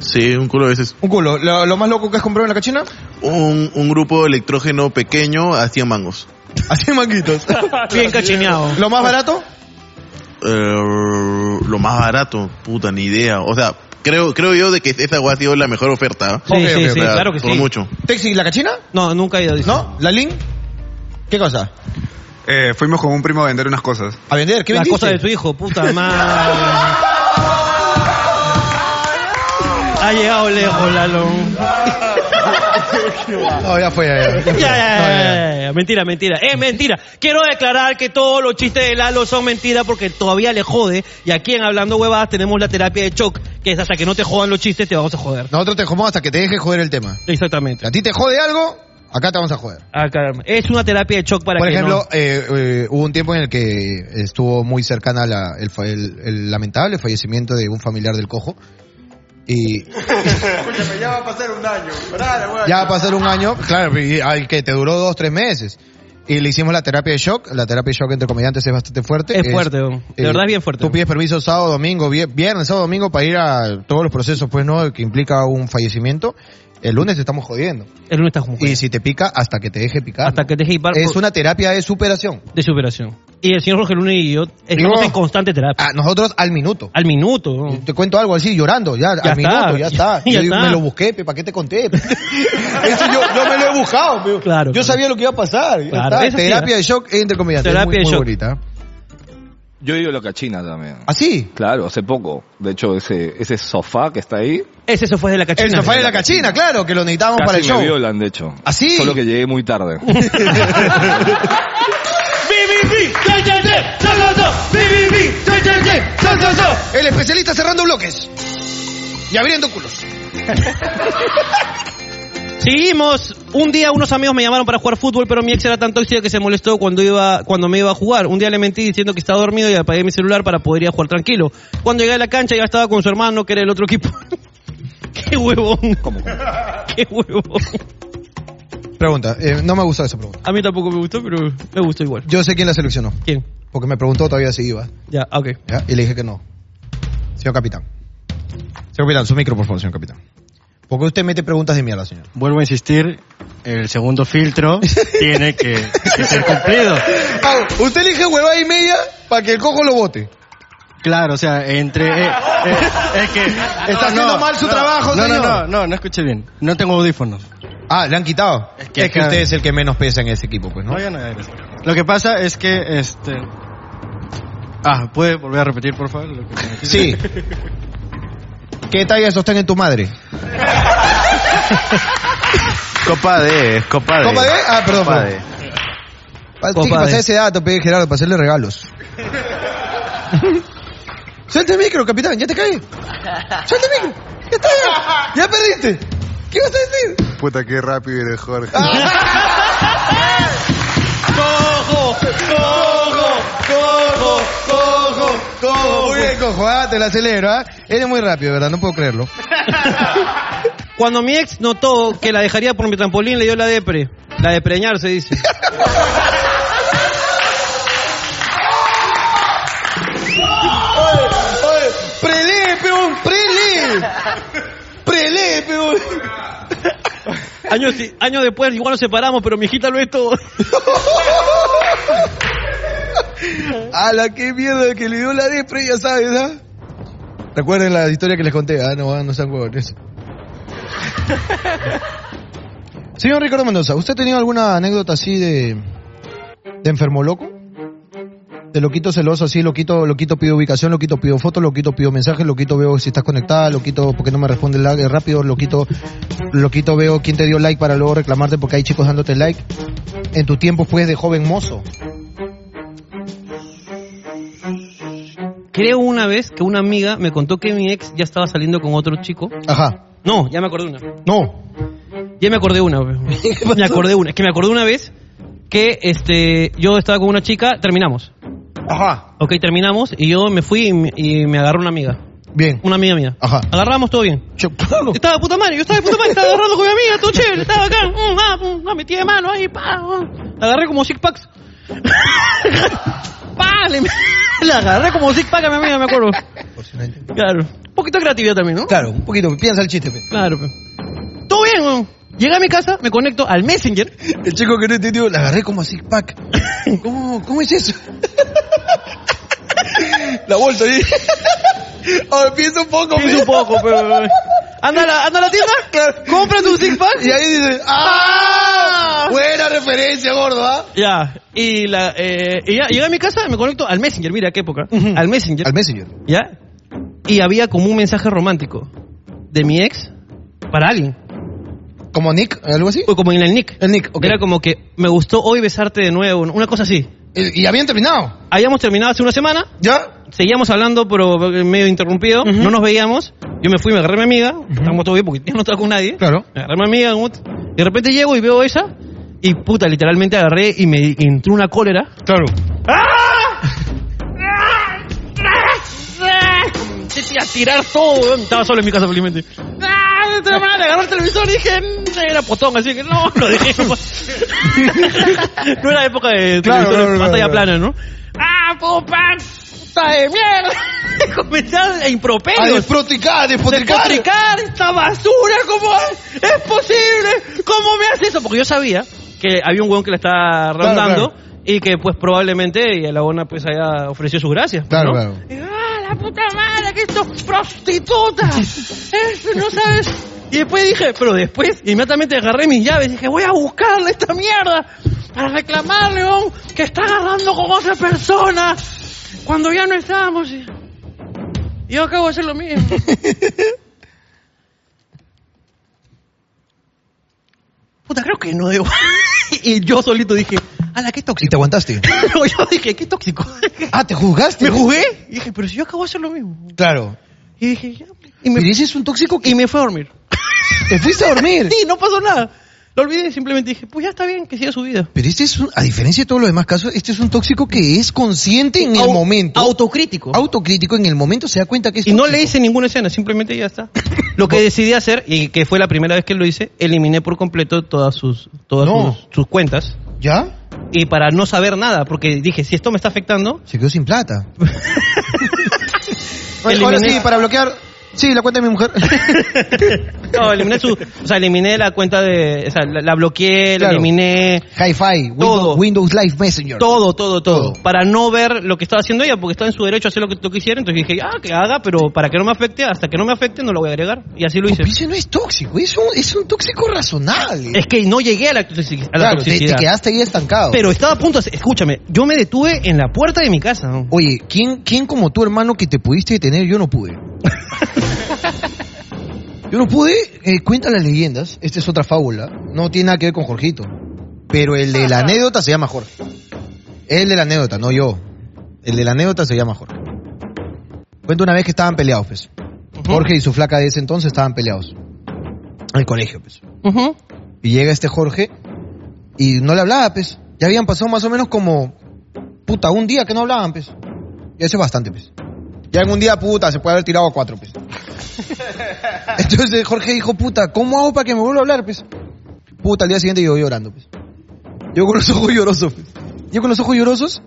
Speaker 6: Sí, un culo de veces.
Speaker 1: Un culo. ¿Lo, lo más loco que has comprado en la cachina?
Speaker 6: Un, un grupo de electrógeno pequeño hacía mangos.
Speaker 1: Así manguitos.
Speaker 4: Bien cachineado.
Speaker 1: ¿Lo más barato?
Speaker 6: Eh, lo más barato, puta, ni idea. O sea, creo, creo yo de que esa hueá ha sido la mejor oferta.
Speaker 4: Sí,
Speaker 1: Ok,
Speaker 4: sí,
Speaker 1: ok,
Speaker 4: sí,
Speaker 6: O sea,
Speaker 4: claro que
Speaker 6: por
Speaker 4: sí.
Speaker 6: mucho.
Speaker 1: ¿Texi, la cachina?
Speaker 4: No, nunca he ido. dice.
Speaker 1: ¿No? ¿La Lin? ¿Qué cosa?
Speaker 9: Eh, fuimos con un primo a vender unas cosas.
Speaker 1: ¿A vender? ¿Qué
Speaker 4: La
Speaker 1: vendiste?
Speaker 4: cosa de tu hijo, puta madre. Ha llegado lejos, Lalo.
Speaker 1: No, ya fue, ya, ya.
Speaker 4: Ya, ya, ya, ya, ya. Mentira, mentira. Eh, mentira. Quiero declarar que todos los chistes de Lalo son mentiras porque todavía le jode. Y aquí en Hablando Huevadas tenemos la terapia de shock, que es hasta que no te jodan los chistes te vamos a joder.
Speaker 1: Nosotros te jodemos hasta que te dejes joder el tema. Si
Speaker 4: Exactamente.
Speaker 1: a ti te jode algo, acá te vamos a joder.
Speaker 4: Ah, caramba. Es una terapia de shock para
Speaker 1: Por
Speaker 4: que
Speaker 1: ejemplo,
Speaker 4: no-
Speaker 1: eh, eh, hubo un tiempo en el que estuvo muy cercana la- el, fa- el- el lamentable fallecimiento de un familiar del cojo. Y
Speaker 9: ya va a pasar un año.
Speaker 1: ya va a pasar un año, claro, y, ay, que te duró dos, tres meses. Y le hicimos la terapia de shock. La terapia de shock entre comediantes es bastante fuerte.
Speaker 4: Es fuerte, de verdad es bien fuerte.
Speaker 1: Tú pides permiso sábado, domingo, vie- viernes, sábado, domingo para ir a todos los procesos, pues, ¿no? Que implica un fallecimiento. El lunes te estamos jodiendo.
Speaker 4: Él no está jugando.
Speaker 1: Y si te pica, hasta que te deje picar.
Speaker 4: Hasta
Speaker 1: ¿no?
Speaker 4: que te deje hiper-
Speaker 1: Es una terapia de superación.
Speaker 4: de superación. Y el señor Jorge Luna y yo estamos
Speaker 1: Digo- ah.
Speaker 4: en constante terapia.
Speaker 1: A nosotros al minuto.
Speaker 4: Al minuto. ¿no?
Speaker 1: Te cuento algo así, llorando, ya,
Speaker 4: Ya
Speaker 1: al
Speaker 4: está,
Speaker 1: minuto, ya está.
Speaker 4: ya
Speaker 1: Yo digo,
Speaker 4: está.
Speaker 1: me lo busqué, ¿para qué te conté? pe? Eso yo, yo me lo he buscado, pe.
Speaker 4: Claro,
Speaker 1: Yo
Speaker 4: claro.
Speaker 1: sabía lo que iba a pasar. ya
Speaker 4: Claro,
Speaker 1: está.
Speaker 4: eso sí,
Speaker 1: Terapia
Speaker 4: ¿eh?
Speaker 1: de shock entre comediantes.
Speaker 4: Terapia
Speaker 1: muy,
Speaker 4: de
Speaker 1: muy
Speaker 4: shock.
Speaker 1: bonita. ¿Ah,
Speaker 7: Yo he ido a la cachina también.
Speaker 1: ¿Así?
Speaker 7: Claro, hace poco. De hecho, ese, ese sofá que está ahí,
Speaker 4: Ese se fue de la cachina.
Speaker 1: el sofá de la cachina, claro, que lo necesitábamos para el
Speaker 7: casi me
Speaker 1: show.
Speaker 7: violan, de hecho.
Speaker 1: ¿Ah, sí?
Speaker 7: Solo que llegué muy tarde.
Speaker 1: El especialista cerrando bloques. Y abriendo culos.
Speaker 4: Seguimos. Un día unos amigos me llamaron para jugar fútbol, pero mi ex era tan tóxica que se molestó cuando iba cuando me iba a jugar. Un día le mentí diciendo que estaba dormido y apagué mi celular para poder ir a jugar tranquilo. Cuando llegué a la cancha ya estaba con su hermano, que era el otro equipo. Qué huevón. Qué huevón.
Speaker 1: Pregunta, eh, no me gustó esa pregunta.
Speaker 4: A mí tampoco me gustó, pero me gustó igual.
Speaker 1: Yo sé quién la seleccionó,
Speaker 4: ¿Quién?
Speaker 1: porque me preguntó todavía si iba.
Speaker 4: Ya, ah, ok.
Speaker 1: ¿ya? Y le dije que no. Señor capitán. Señor capitán, su micro, por favor, señor capitán. Porque usted mete preguntas de mierda, señor.
Speaker 10: Vuelvo a insistir, el segundo filtro tiene que, que ser cumplido.
Speaker 1: Pau, Ah, usted elige huevada y media para que el cojo lo vote.
Speaker 10: Claro, o sea, entre... eh, eh, es que...
Speaker 1: Está haciendo mal su trabajo,
Speaker 10: no,
Speaker 1: señor.
Speaker 10: No, no, no, no escuché bien. No tengo audífonos.
Speaker 1: Ah, le han quitado. Es
Speaker 10: Es
Speaker 1: que,
Speaker 10: que acá-
Speaker 1: usted es el que menos pesa en ese equipo, pues, ¿no?
Speaker 10: No, ya no eres. Lo que pasa es que, este... Ah, ¿puede volver a repetir, por favor? lo que me dijiste?
Speaker 1: Sí. ¿Qué talla sostén en tu madre?
Speaker 5: Copa D, es Copa D.
Speaker 1: ¿Copa D? Ah, perdón,
Speaker 5: Copa
Speaker 1: perdón.
Speaker 5: D.
Speaker 1: Pa-
Speaker 4: Copa
Speaker 1: sí, pasé
Speaker 4: de-
Speaker 1: ese dato, pedí Gerardo, para hacerle regalos. Suelta el micro, capitán, ya te caí. Suelta el micro. Ya está, ya, ya perdiste. ¿Qué vas a decir?
Speaker 9: Puta, qué rápido eres, Jorge.
Speaker 1: Ah,
Speaker 4: ¡Cojo! ¡Cojo! ¡Cojo! ¡Cojo!
Speaker 1: Muy bien, cojo, ah, te la celebro, ¿ah? Eres muy rápido, ¿verdad? No puedo creerlo.
Speaker 4: Cuando mi ex notó que la dejaría por mi trampolín, le dio la depre. La de preñarse, dice.
Speaker 1: ¡Prelé, peón! ¡Prelé! ¡Prelé, peón!
Speaker 4: Años, años después, igual nos separamos, pero mi hijita lo es todo.
Speaker 1: A la que mierda que le dio la despre, ya sabes, ¿ah? Recuerden la historia que les conté. Ah, no, ah, no sean huevones. Señor Ricardo Mendoza, ¿usted ha tenido alguna anécdota así de, de enfermo loco? Te lo quito celoso, así, lo quito, lo quito, pido ubicación, lo quito, pido fotos, lo quito, pido mensajes, lo quito, veo si estás conectada, lo quito porque no me responde la- eh, rápido, lo quito, lo quito, veo quién te dio like para luego reclamarte porque hay chicos dándote like. En tu tiempo, pues, de joven mozo.
Speaker 4: Creo una vez que una amiga me contó que mi ex ya estaba saliendo con otro chico.
Speaker 1: Ajá.
Speaker 4: No, ya me acordé una.
Speaker 1: No.
Speaker 4: Ya me acordé una. pe. me acordé una. Es que me acordé una vez que este yo estaba con una chica, terminamos.
Speaker 1: Ajá.
Speaker 4: Ok, terminamos y yo me fui y me, y me agarró una amiga.
Speaker 1: Bien.
Speaker 4: Una amiga mía.
Speaker 1: Ajá.
Speaker 4: Agarramos todo bien. Estaba de puta madre, yo estaba de puta madre, estaba agarrando con mi amiga, todo chévere, estaba acá. Mm, ah, mm, ah, metí de mano ahí, pa. mm. Agarré como six packs. pa, le, le agarré como six packs a mi amiga, me acuerdo. Claro. Un poquito de creatividad también, ¿no?
Speaker 1: Claro, un poquito. Piensa el chiste,
Speaker 4: Claro, pe. Todo bien, weón. Llegué a mi casa, me conecto al Messenger.
Speaker 1: El chico que no entendió, la agarré como a six pack. ¿Cómo, cómo es eso? la vuelta ahí. Ahora piensa un poco.
Speaker 4: Piensa un poco, pero... Anda a la, anda a la tienda, compra tu six pack.
Speaker 1: Y ahí dice, ¡ah! Buena referencia, gordo, ¿ah?
Speaker 4: Ya, y, la, eh, y ya, llegué a mi casa, me conecto al Messenger, mira qué época. Al Messenger. Al
Speaker 1: Messenger.
Speaker 4: Ya. Y había como un mensaje romántico de mi ex para alguien.
Speaker 1: ¿Como Nick? ¿Algo así?
Speaker 4: O como en el Nick.
Speaker 1: El Nick,
Speaker 4: Era como que me gustó hoy besarte de nuevo, una cosa así.
Speaker 1: ¿Y habían terminado?
Speaker 4: Habíamos terminado hace una semana.
Speaker 1: ¿Ya?
Speaker 4: Seguíamos hablando, pero medio interrumpido. No nos veíamos. Yo me fui, me agarré a mi amiga. Estábamos todos bien porque ya no estaba con nadie.
Speaker 1: Claro.
Speaker 4: Me agarré a mi amiga. un otro. De repente llego y veo esa. Y puta, literalmente agarré y me entró una cólera. ¡Ah!
Speaker 1: Claro.
Speaker 4: Empecé a tirar todo, weón. Estaba solo en mi casa, felizmente. ¡Ah! de otra manera, agarré el televisor y dije, "Mm", era potón, así que no, lo dejé. no era época de
Speaker 1: Claro,
Speaker 4: televisor
Speaker 1: no, no,
Speaker 4: pantalla
Speaker 1: no, no.
Speaker 4: plana, ¿no? ¡Ah, pupa! ¡Puta de mierda! Comencé a improperios.
Speaker 1: A desproticar, a despotricar.
Speaker 4: Despotricar esta basura, ¿cómo es ¿Es posible? ¿Cómo me hace eso? Porque yo sabía que había un weón que la estaba rondando y que pues probablemente la buena pues haya ofrecido sus gracias. pues,
Speaker 1: Claro,
Speaker 4: ¿no?
Speaker 1: claro.
Speaker 4: ¡Ah, la puta madre! ¡Que estos prostitutas! Eso, no sabes. Y después dije, pero después, inmediatamente agarré mis llaves y dije, voy a buscarle esta mierda para reclamarle, weón, que está agarrando con otra persona cuando ya no estábamos. Y yo acabo de hacer lo mismo. Puta, creo que no debo. y yo solito dije, ala, qué tóxico.
Speaker 1: ¿Y te aguantaste?
Speaker 4: No, yo dije, qué tóxico.
Speaker 1: Ah, ¿te juzgaste?
Speaker 4: Me jugué. Y dije, pero si yo acabo de hacer lo mismo.
Speaker 1: Claro.
Speaker 4: Y dije, ya.
Speaker 1: Y me dices un tóxico que...
Speaker 4: Y me fue a dormir.
Speaker 1: ¿Te fuiste a dormir?
Speaker 4: Sí, no pasó nada. Lo olvidé, simplemente dije, pues ya está bien, que siga su vida.
Speaker 1: Pero este es, un- a diferencia de todos los demás casos, este es un tóxico que es consciente en el
Speaker 4: Au-
Speaker 1: momento.
Speaker 4: Autocrítico.
Speaker 1: autocrítico en el momento se da cuenta que es
Speaker 4: y no
Speaker 1: tóxico.
Speaker 4: le hice ninguna escena, simplemente ya está. Lo que decidí hacer, y que fue la primera vez que lo hice, eliminé por completo todas sus, todas
Speaker 1: No.
Speaker 4: sus, sus cuentas.
Speaker 1: ¿Ya?
Speaker 4: Y para no saber nada, porque dije, si esto me está afectando,
Speaker 1: Se quedó sin plata.
Speaker 4: Eliminé-
Speaker 1: Ahora sí, para bloquear... Sí, la cuenta de mi mujer.
Speaker 4: no, eliminé su, o sea, eliminé la cuenta de, o sea, la, la bloqueé, la
Speaker 1: Claro.
Speaker 4: eliminé,
Speaker 1: Hi-Fi,
Speaker 4: Todo.
Speaker 1: Windows, Windows Live Messenger.
Speaker 4: todo, todo, todo,
Speaker 1: Todo.
Speaker 4: para no ver lo que estaba haciendo ella, porque estaba en su derecho a hacer lo que, lo que hiciera, entonces dije, ah, que haga, pero para que no me afecte, hasta que no me afecte no lo voy a agregar, y así lo hice.
Speaker 1: Ese no es tóxico, es un, es un tóxico razonable.
Speaker 4: Es que no llegué a la, toxic- a la
Speaker 1: claro, te,
Speaker 4: toxicidad.
Speaker 1: te quedaste ahí estancado.
Speaker 4: Pero estaba a punto de... hacer- Escúchame, yo me detuve en la puerta de mi casa. ¿no?
Speaker 1: Oye, ¿quién, ¿quién como tu hermano que te pudiste detener? Yo no pude. Yo no pude. Eh, cuenta las leyendas. Esta es otra fábula. No tiene nada que ver con Jorgito. Pero el de la anécdota se llama Jorge. El de la anécdota, no yo. El de la anécdota se llama Jorge. Cuenta una vez que estaban peleados, pues. Jorge y su flaca de ese entonces estaban peleados. En el colegio, pues.
Speaker 4: Ujú.
Speaker 1: Y llega este Jorge y no le hablaba, pues. Ya habían pasado más o menos como, puta, un día que no hablaban, pues. Y eso es bastante, pues. Ya en un día, puta, se puede haber tirado a cuatro, pues. Entonces Jorge dijo, puta, ¿cómo hago para que me vuelva a hablar, pues? Puta, al día siguiente yo llorando, pues. Yo con los ojos llorosos, pues. Yo con los ojos llorosos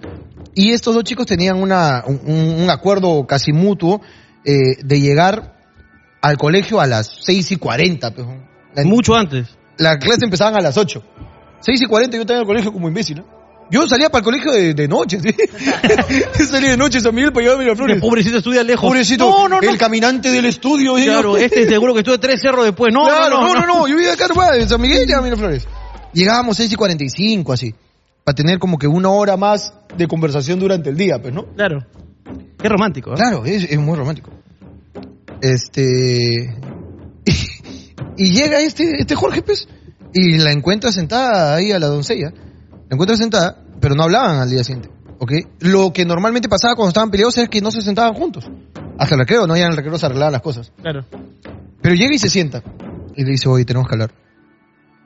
Speaker 1: y estos dos chicos tenían una, un, un acuerdo casi mutuo eh, de llegar al colegio a las seis y cuarenta, pues. La-
Speaker 4: Mucho antes.
Speaker 1: la clase empezaban a las 8. 6 y 40 yo estaba en el colegio como imbécil, ¿no? Yo salía para el colegio de, de noche, ¿sí? Yo salía de noche a San Miguel para llevar a Miraflores.
Speaker 4: Pobrecito estudia lejos.
Speaker 1: Pobrecito,
Speaker 4: No, no, no.
Speaker 1: el caminante del estudio. ¿sí?
Speaker 4: Claro, este seguro que estuve tres cerros después. No,
Speaker 1: Claro,
Speaker 4: no, no. no.
Speaker 1: yo vivía acá, nomás, de San Miguel y a Miraflores. Llegábamos 6 y 45, así, para tener como que una hora más de conversación durante el día, pues, ¿no?
Speaker 4: Claro. Qué romántico, ¿eh?
Speaker 1: Claro, es, es muy romántico. Este. y llega este, este Jorge, pues, y la encuentra sentada ahí a la doncella. La encuentra sentada, pero no hablaban al día siguiente. ¿Ok? Lo que normalmente pasaba cuando estaban peleados es que no se sentaban juntos. Hasta el recreo, no ya en el recreo se arreglaban las cosas.
Speaker 4: Claro.
Speaker 1: Pero llega y se sienta. Y le dice, oye, tenemos que hablar.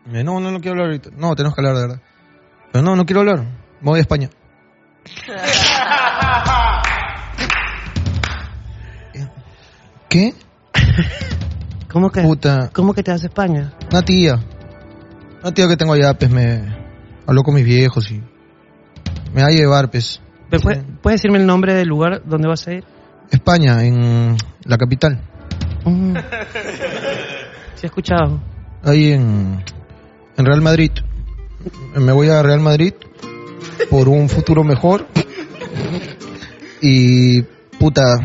Speaker 1: Y me dice, No, no, no quiero hablar ahorita. No, tenemos que hablar, de verdad. Pero no, no quiero hablar. Me voy a España. ¿Qué?
Speaker 4: ¿Cómo que?
Speaker 1: Puta.
Speaker 4: ¿Cómo que te vas a España?
Speaker 1: Una tía. Una tía que tengo allá, pues, me... Habló con mis viejos y... Me va a llevar, pues.
Speaker 4: ¿Pero puede- ¿Puedes decirme el nombre del lugar donde vas a ir?
Speaker 1: España, en la capital.
Speaker 4: Mm. Sí, he escuchado.
Speaker 1: Ahí en... En Real Madrid. Me voy a Real Madrid. Por un futuro mejor. Y... Puta...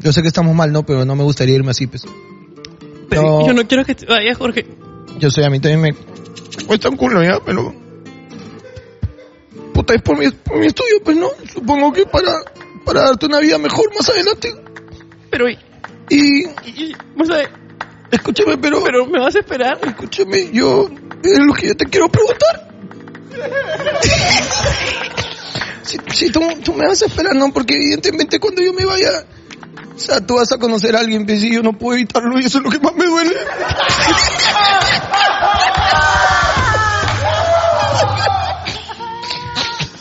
Speaker 1: Yo sé que estamos mal, ¿no? Pero no me gustaría irme así, pues.
Speaker 4: Pero yo no quiero que te vayas, Jorge.
Speaker 1: Yo sé, a mí también me cuesta un culo ya, pero... Puta, es por mi, por mi estudio, pues no. Supongo que para, para darte una vida mejor más adelante.
Speaker 4: Pero... Y...
Speaker 1: y-
Speaker 4: más ade-
Speaker 1: Escúchame, pero...
Speaker 4: Pero me vas a esperar.
Speaker 1: Escúchame, yo... Es lo que yo te quiero preguntar. si si tú, tú me vas a esperar, ¿no? Porque evidentemente cuando yo me vaya... O sea, tú vas a conocer a alguien, pues, y yo no puedo evitarlo y eso es lo que más me duele.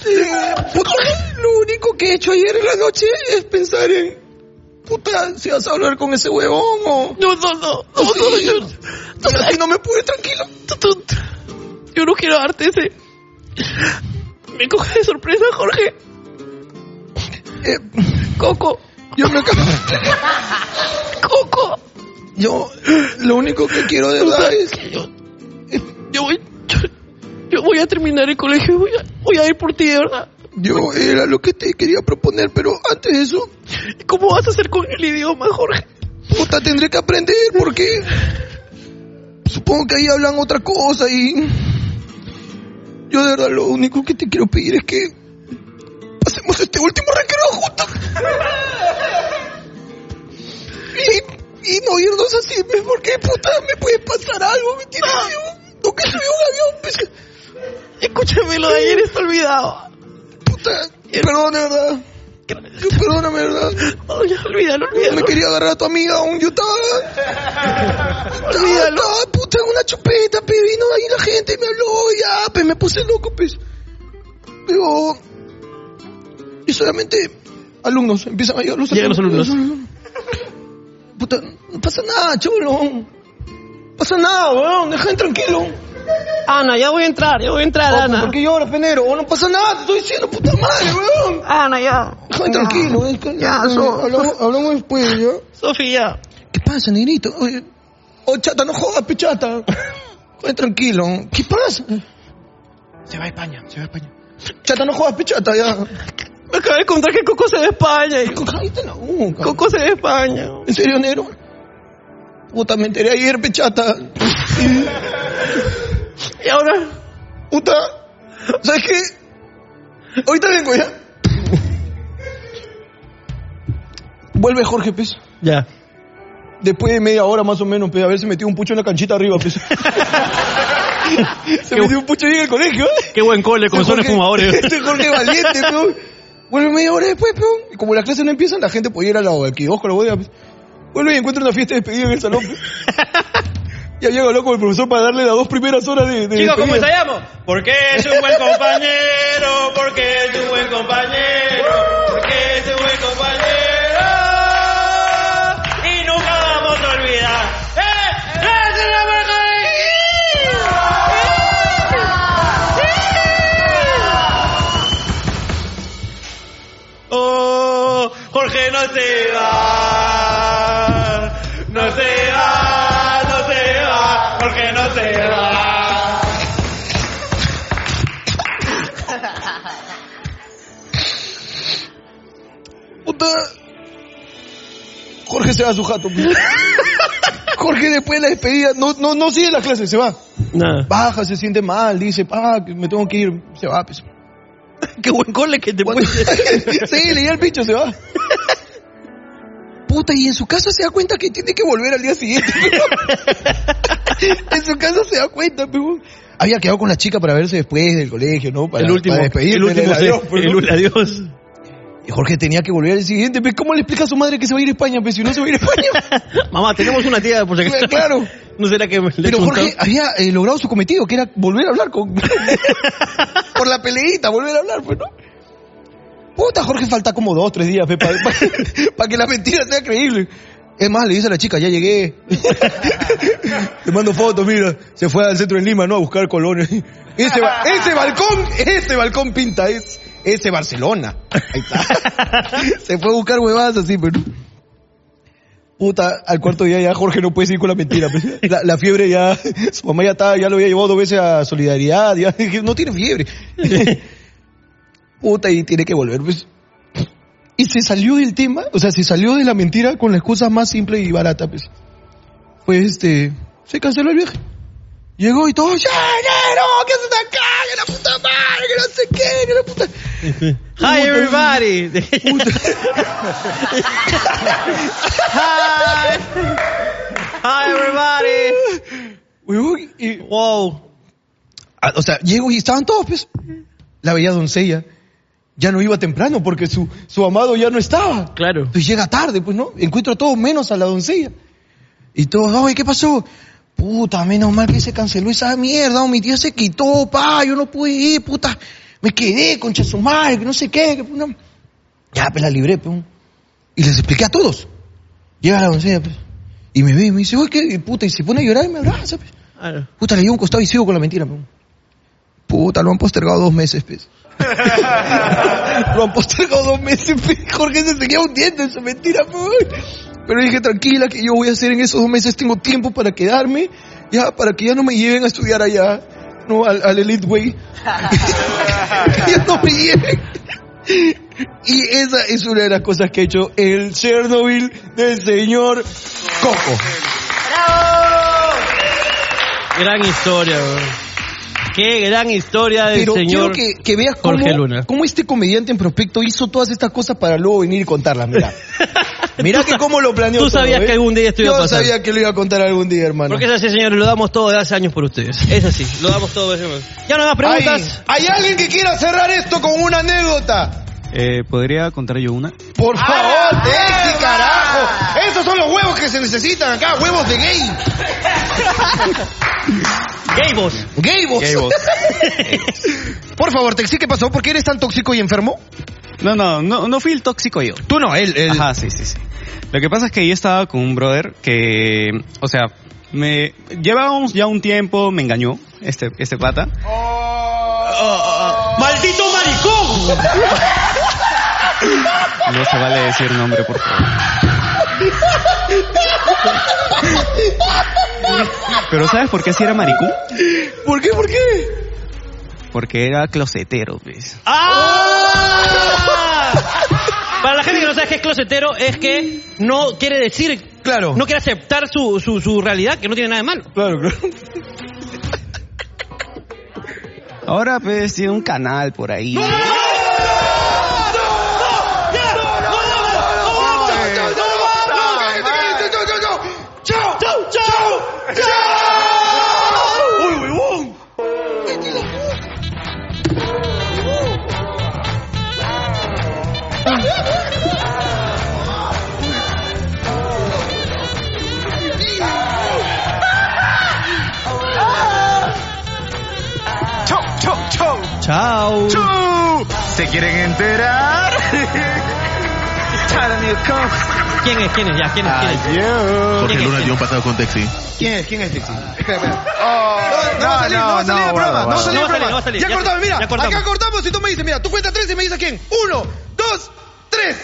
Speaker 1: Eh, puta, lo único que he hecho ayer en la noche es pensar en... Puta, si vas a hablar con ese huevón o...
Speaker 4: No, no, no.
Speaker 1: No, no, yo, así no me pude tranquilo.
Speaker 4: Yo no quiero darte ese... Me coge de sorpresa, Jorge.
Speaker 1: Coco, yo me acabo. Coco, yo lo único que eh, quiero de verdad es.
Speaker 4: Yo voy... Yo, yo voy a terminar el colegio. Voy a, voy a ir por ti, de verdad.
Speaker 1: Yo era lo que te quería proponer, pero antes de eso,
Speaker 4: ¿Cómo vas a hacer con el idioma, Jorge?
Speaker 1: puta, tendré que aprender porque. Supongo que ahí hablan otra cosa y. Yo de verdad lo único que te quiero pedir es que. Pasemos este último recreo juntos. Y, y no irnos así, pues, porque puta, me puede pasar algo, ¿me entiendes? Yo nunca subí a un avión, pues.
Speaker 4: Escúchame, lo de ayer está olvidado.
Speaker 1: Puta, perdón, de verdad. Yo, perdóname, de ¿verdad?
Speaker 4: Oh, ya, olvídalo,
Speaker 1: Yo
Speaker 4: olvídalo.
Speaker 1: me quería agarrar a tu amiga aún, yo estaba... Olvídalo. puta, una chupeta, pero vino ahí la gente y me habló, ya, pues me puse loco, pues. Pero... Y solamente... Alumnos, empiezan a llegar los
Speaker 4: Llegan los
Speaker 1: Puta, no pasa nada, chavalón. No pasa nada, weón, déjame tranquilo.
Speaker 4: Ana, Ah, ya voy a entrar, ya voy a entrar,
Speaker 1: Oh,
Speaker 4: Ana.
Speaker 1: ¿Por qué lloras, penero? Oh, no pasa nada, te estoy diciendo, puta madre, weón.
Speaker 4: Ana, Ah, ya.
Speaker 1: Déjame tranquilo, es que- eh, hablamos, hablamos después, ¿ya?
Speaker 4: Sofía.
Speaker 1: ¿Qué pasa, negrito? Oye, oh, chata, no jodas, pechata. Joder, tranquilo. ¿Qué pasa? Se va a España, se va a España. Chata, no jodas, pechata, ya.
Speaker 4: Me acabo de encontrar que Coco se de España. hijo.
Speaker 1: Cállate la boca.
Speaker 4: Coco se de España.
Speaker 1: ¿En serio, negro? Puta, me enteré ayer, pechata.
Speaker 4: Y ahora,
Speaker 1: Puta, ¿sabes qué? Ahorita vengo, ¿ya? Vuelve Jorge, pues. pez.
Speaker 4: Ya.
Speaker 1: Después de media hora más o menos, pues, haberse metido un pucho en la canchita arriba, pues. Se metió un pucho ahí en el colegio, ¿eh?
Speaker 4: qué buen cole, como son los
Speaker 1: Jorge-
Speaker 4: fumadores.
Speaker 1: Este Jorge Valiente, peón. Vuelve media hora después, peón. Y como las clases no empiezan, la gente puede ir a la aquí. Ojo, la bodega. pues. Vuelve y encuentra una fiesta de despedida en el salón. pues. ya llega loco el profesor para darle las dos primeras horas de, de
Speaker 11: Chicos, ¿cómo
Speaker 1: despedida.
Speaker 11: ensayamos? Porque es un buen compañero, porque es un buen compañero, porque es un buen compañero. Y nunca vamos a olvidar. ¡Eh! ¡Es una ¡Oh! Jorge no se va. No se va, no se va. Jorge no se va.
Speaker 1: Puta. Jorge se va a su jato. pues. Jorge después de la despedida no, no, no sigue las clases, se va.
Speaker 4: Nada.
Speaker 1: Baja, se siente mal, dice, ah, que me tengo que ir. Se va, pues.
Speaker 4: Qué buen cole que te pusiste.
Speaker 1: sí, le di al pincho, se va. Puta, y en su casa se da cuenta que tiene que volver al día siguiente. en su casa se da cuenta, pero había quedado con la chica para verse después del colegio, ¿no? Para,
Speaker 4: El último-
Speaker 1: para despedirse,
Speaker 4: el último se-
Speaker 1: pues, ¿no?
Speaker 4: el ul- adiós.
Speaker 1: Y Jorge tenía que volver al siguiente, pues, ¿cómo le explica a su madre que se va a ir a España, pues, si no se va a ir a España?
Speaker 4: Mamá, tenemos una tía, por si acaso.
Speaker 1: Claro.
Speaker 4: No será que me- le
Speaker 1: Pero Jorge
Speaker 4: juntamos-
Speaker 1: había eh, logrado su cometido, que era volver a hablar con... Por la peleita, volver a hablar, pues, ¿no? Puta, Jorge falta como dos, tres días, pues, para que la mentira sea creíble. Es más, le dice a la chica, ya llegué. Te mando fotos, mira. Se fue al centro de Lima, ¿no? A buscar colones. Ese, ba- ese balcón, ese balcón pinta, es ese Barcelona. Ahí está. Se fue a buscar huevadas así, pues, pero... Puta, al cuarto día ya Jorge no puede seguir con la mentira. pues. La, la fiebre ya, su mamá ya está, ya lo había llevado dos veces a solidaridad, ya, no tiene fiebre. Puta, y tiene que volver, pues. Y se salió del tema, o sea, se salió de la mentira con la excusa más simple y barata, pues. Pues este, se canceló el viaje. Llegó y todo, ya, negro, ¿qué haces acá? Que la puta madre, que no sé qué, que la puta.
Speaker 4: Hi, everybody. Hi. Hi, everybody.
Speaker 1: Huevón, y- Ah, O sea, llego y estaban todos, pues. La bella doncella ya no iba temprano porque su, su amado ya no estaba. Claro. Entonces llega tarde, pues, ¿no? Encuentro a todos menos a la doncella. Y todos, ay, ¿qué pasó? Puta, menos mal que se canceló esa mierda, o mi tía se quitó, pa, yo no pude ir, puta. Me quedé, concha su madre, que no sé qué. que no". Ya, pues la libré, pues. Y les expliqué a todos. Llega la doncella, pues. Y me ve y me dice, uy, qué puta, y se pone a llorar y me abraza, pues. Puta, le llevo un costado y sigo con la mentira, pues. Puta, lo han postergado dos meses, pues. lo han postergado dos meses, pues. Jorge se seguía hundiendo en su mentira, pues. Pero dije, tranquila, que yo voy a hacer en esos dos meses, tengo tiempo para quedarme, ya, para que ya no me lleven a estudiar allá, no, al, al Elite Way. Que ya no me lleven. Y esa es una de las cosas que ha hecho el Chernobyl del señor Coco.
Speaker 4: Gran historia, bro. Qué gran historia del
Speaker 1: Pero quiero
Speaker 4: señor.
Speaker 1: que, que veas cómo,
Speaker 4: Jorge Luna.
Speaker 1: cómo este comediante en prospecto hizo todas estas cosas para luego venir y contarlas, mira. Mira que cómo lo planeó. ¿eh?
Speaker 4: Tú sabías que algún día esto iba a
Speaker 1: Yo
Speaker 4: pasar.
Speaker 1: sabía que lo iba a contar algún día, hermano.
Speaker 4: Porque es así, señores, lo damos todo de hace años por ustedes. Es así, lo damos todo de hace años. Ya no hay más preguntas.
Speaker 7: ¿Hay alguien que quiera cerrar esto con una anécdota?
Speaker 12: Eh, ¿Podría contar yo una?
Speaker 7: Por
Speaker 4: ¡Ah!
Speaker 7: favor, Tequi, carajo. Esos son los huevos que se necesitan acá, huevos de gay.
Speaker 4: Gaybos.
Speaker 7: Gaybos.
Speaker 12: Gaybos.
Speaker 7: Por favor, Texi, ¿qué pasó? ¿Por qué eres tan tóxico y enfermo?
Speaker 12: No, no, no, no fui el tóxico yo.
Speaker 7: Tú no, él, él.
Speaker 12: Ajá, sí, sí, sí. Lo que pasa es que yo estaba con un brother que, o sea, me llevábamos ya un tiempo, me engañó este, este pata.
Speaker 4: Oh.
Speaker 11: ¡Maldito maricón!
Speaker 12: No se vale decir nombre, por favor. Pero ¿sabes por qué si era maricón?
Speaker 1: ¿Por qué? ¿Por qué?
Speaker 12: Porque era closetero, pues.
Speaker 4: ¡Ah! Para la gente que no sabe qué es closetero, es que no quiere decir.
Speaker 1: Claro.
Speaker 4: No quiere aceptar su, su, su realidad, que no tiene nada de malo.
Speaker 1: Claro, claro.
Speaker 12: Ahora, pues, tiene un canal por ahí.
Speaker 11: 哎
Speaker 1: 哎
Speaker 11: ¡Chao! ¡Chao! ¡Chao! ¡Chao! ¡Uy, huevón!
Speaker 13: Chau, chau, chau.
Speaker 4: Chao.
Speaker 13: Chau. ¿Se quieren enterar?
Speaker 4: ¿Quién es? ¿Quién es? Ya, ¿quién es? ¿Quién es?
Speaker 5: Jorge Luna dio un pasado con Texi.
Speaker 7: ¿Quién es? ¿Quién es Texi? Espera, espera. No, no va a salir, no va a salir el programa. No va a salir
Speaker 4: no va
Speaker 7: el programa.
Speaker 4: a salir.
Speaker 7: Ya
Speaker 4: Ya-
Speaker 7: cortamos, mira.
Speaker 4: ya cortamos.
Speaker 7: Acá cortamos y tú me dices, mira, tú cuentas tres y me dices quién. Uno, dos, tres.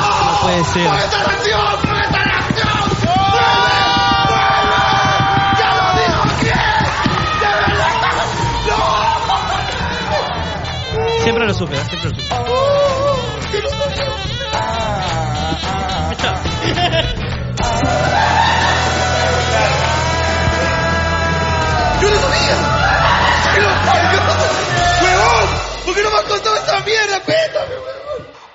Speaker 4: No puede ser. Siempre lo supe, ¿eh? siempre lo supe.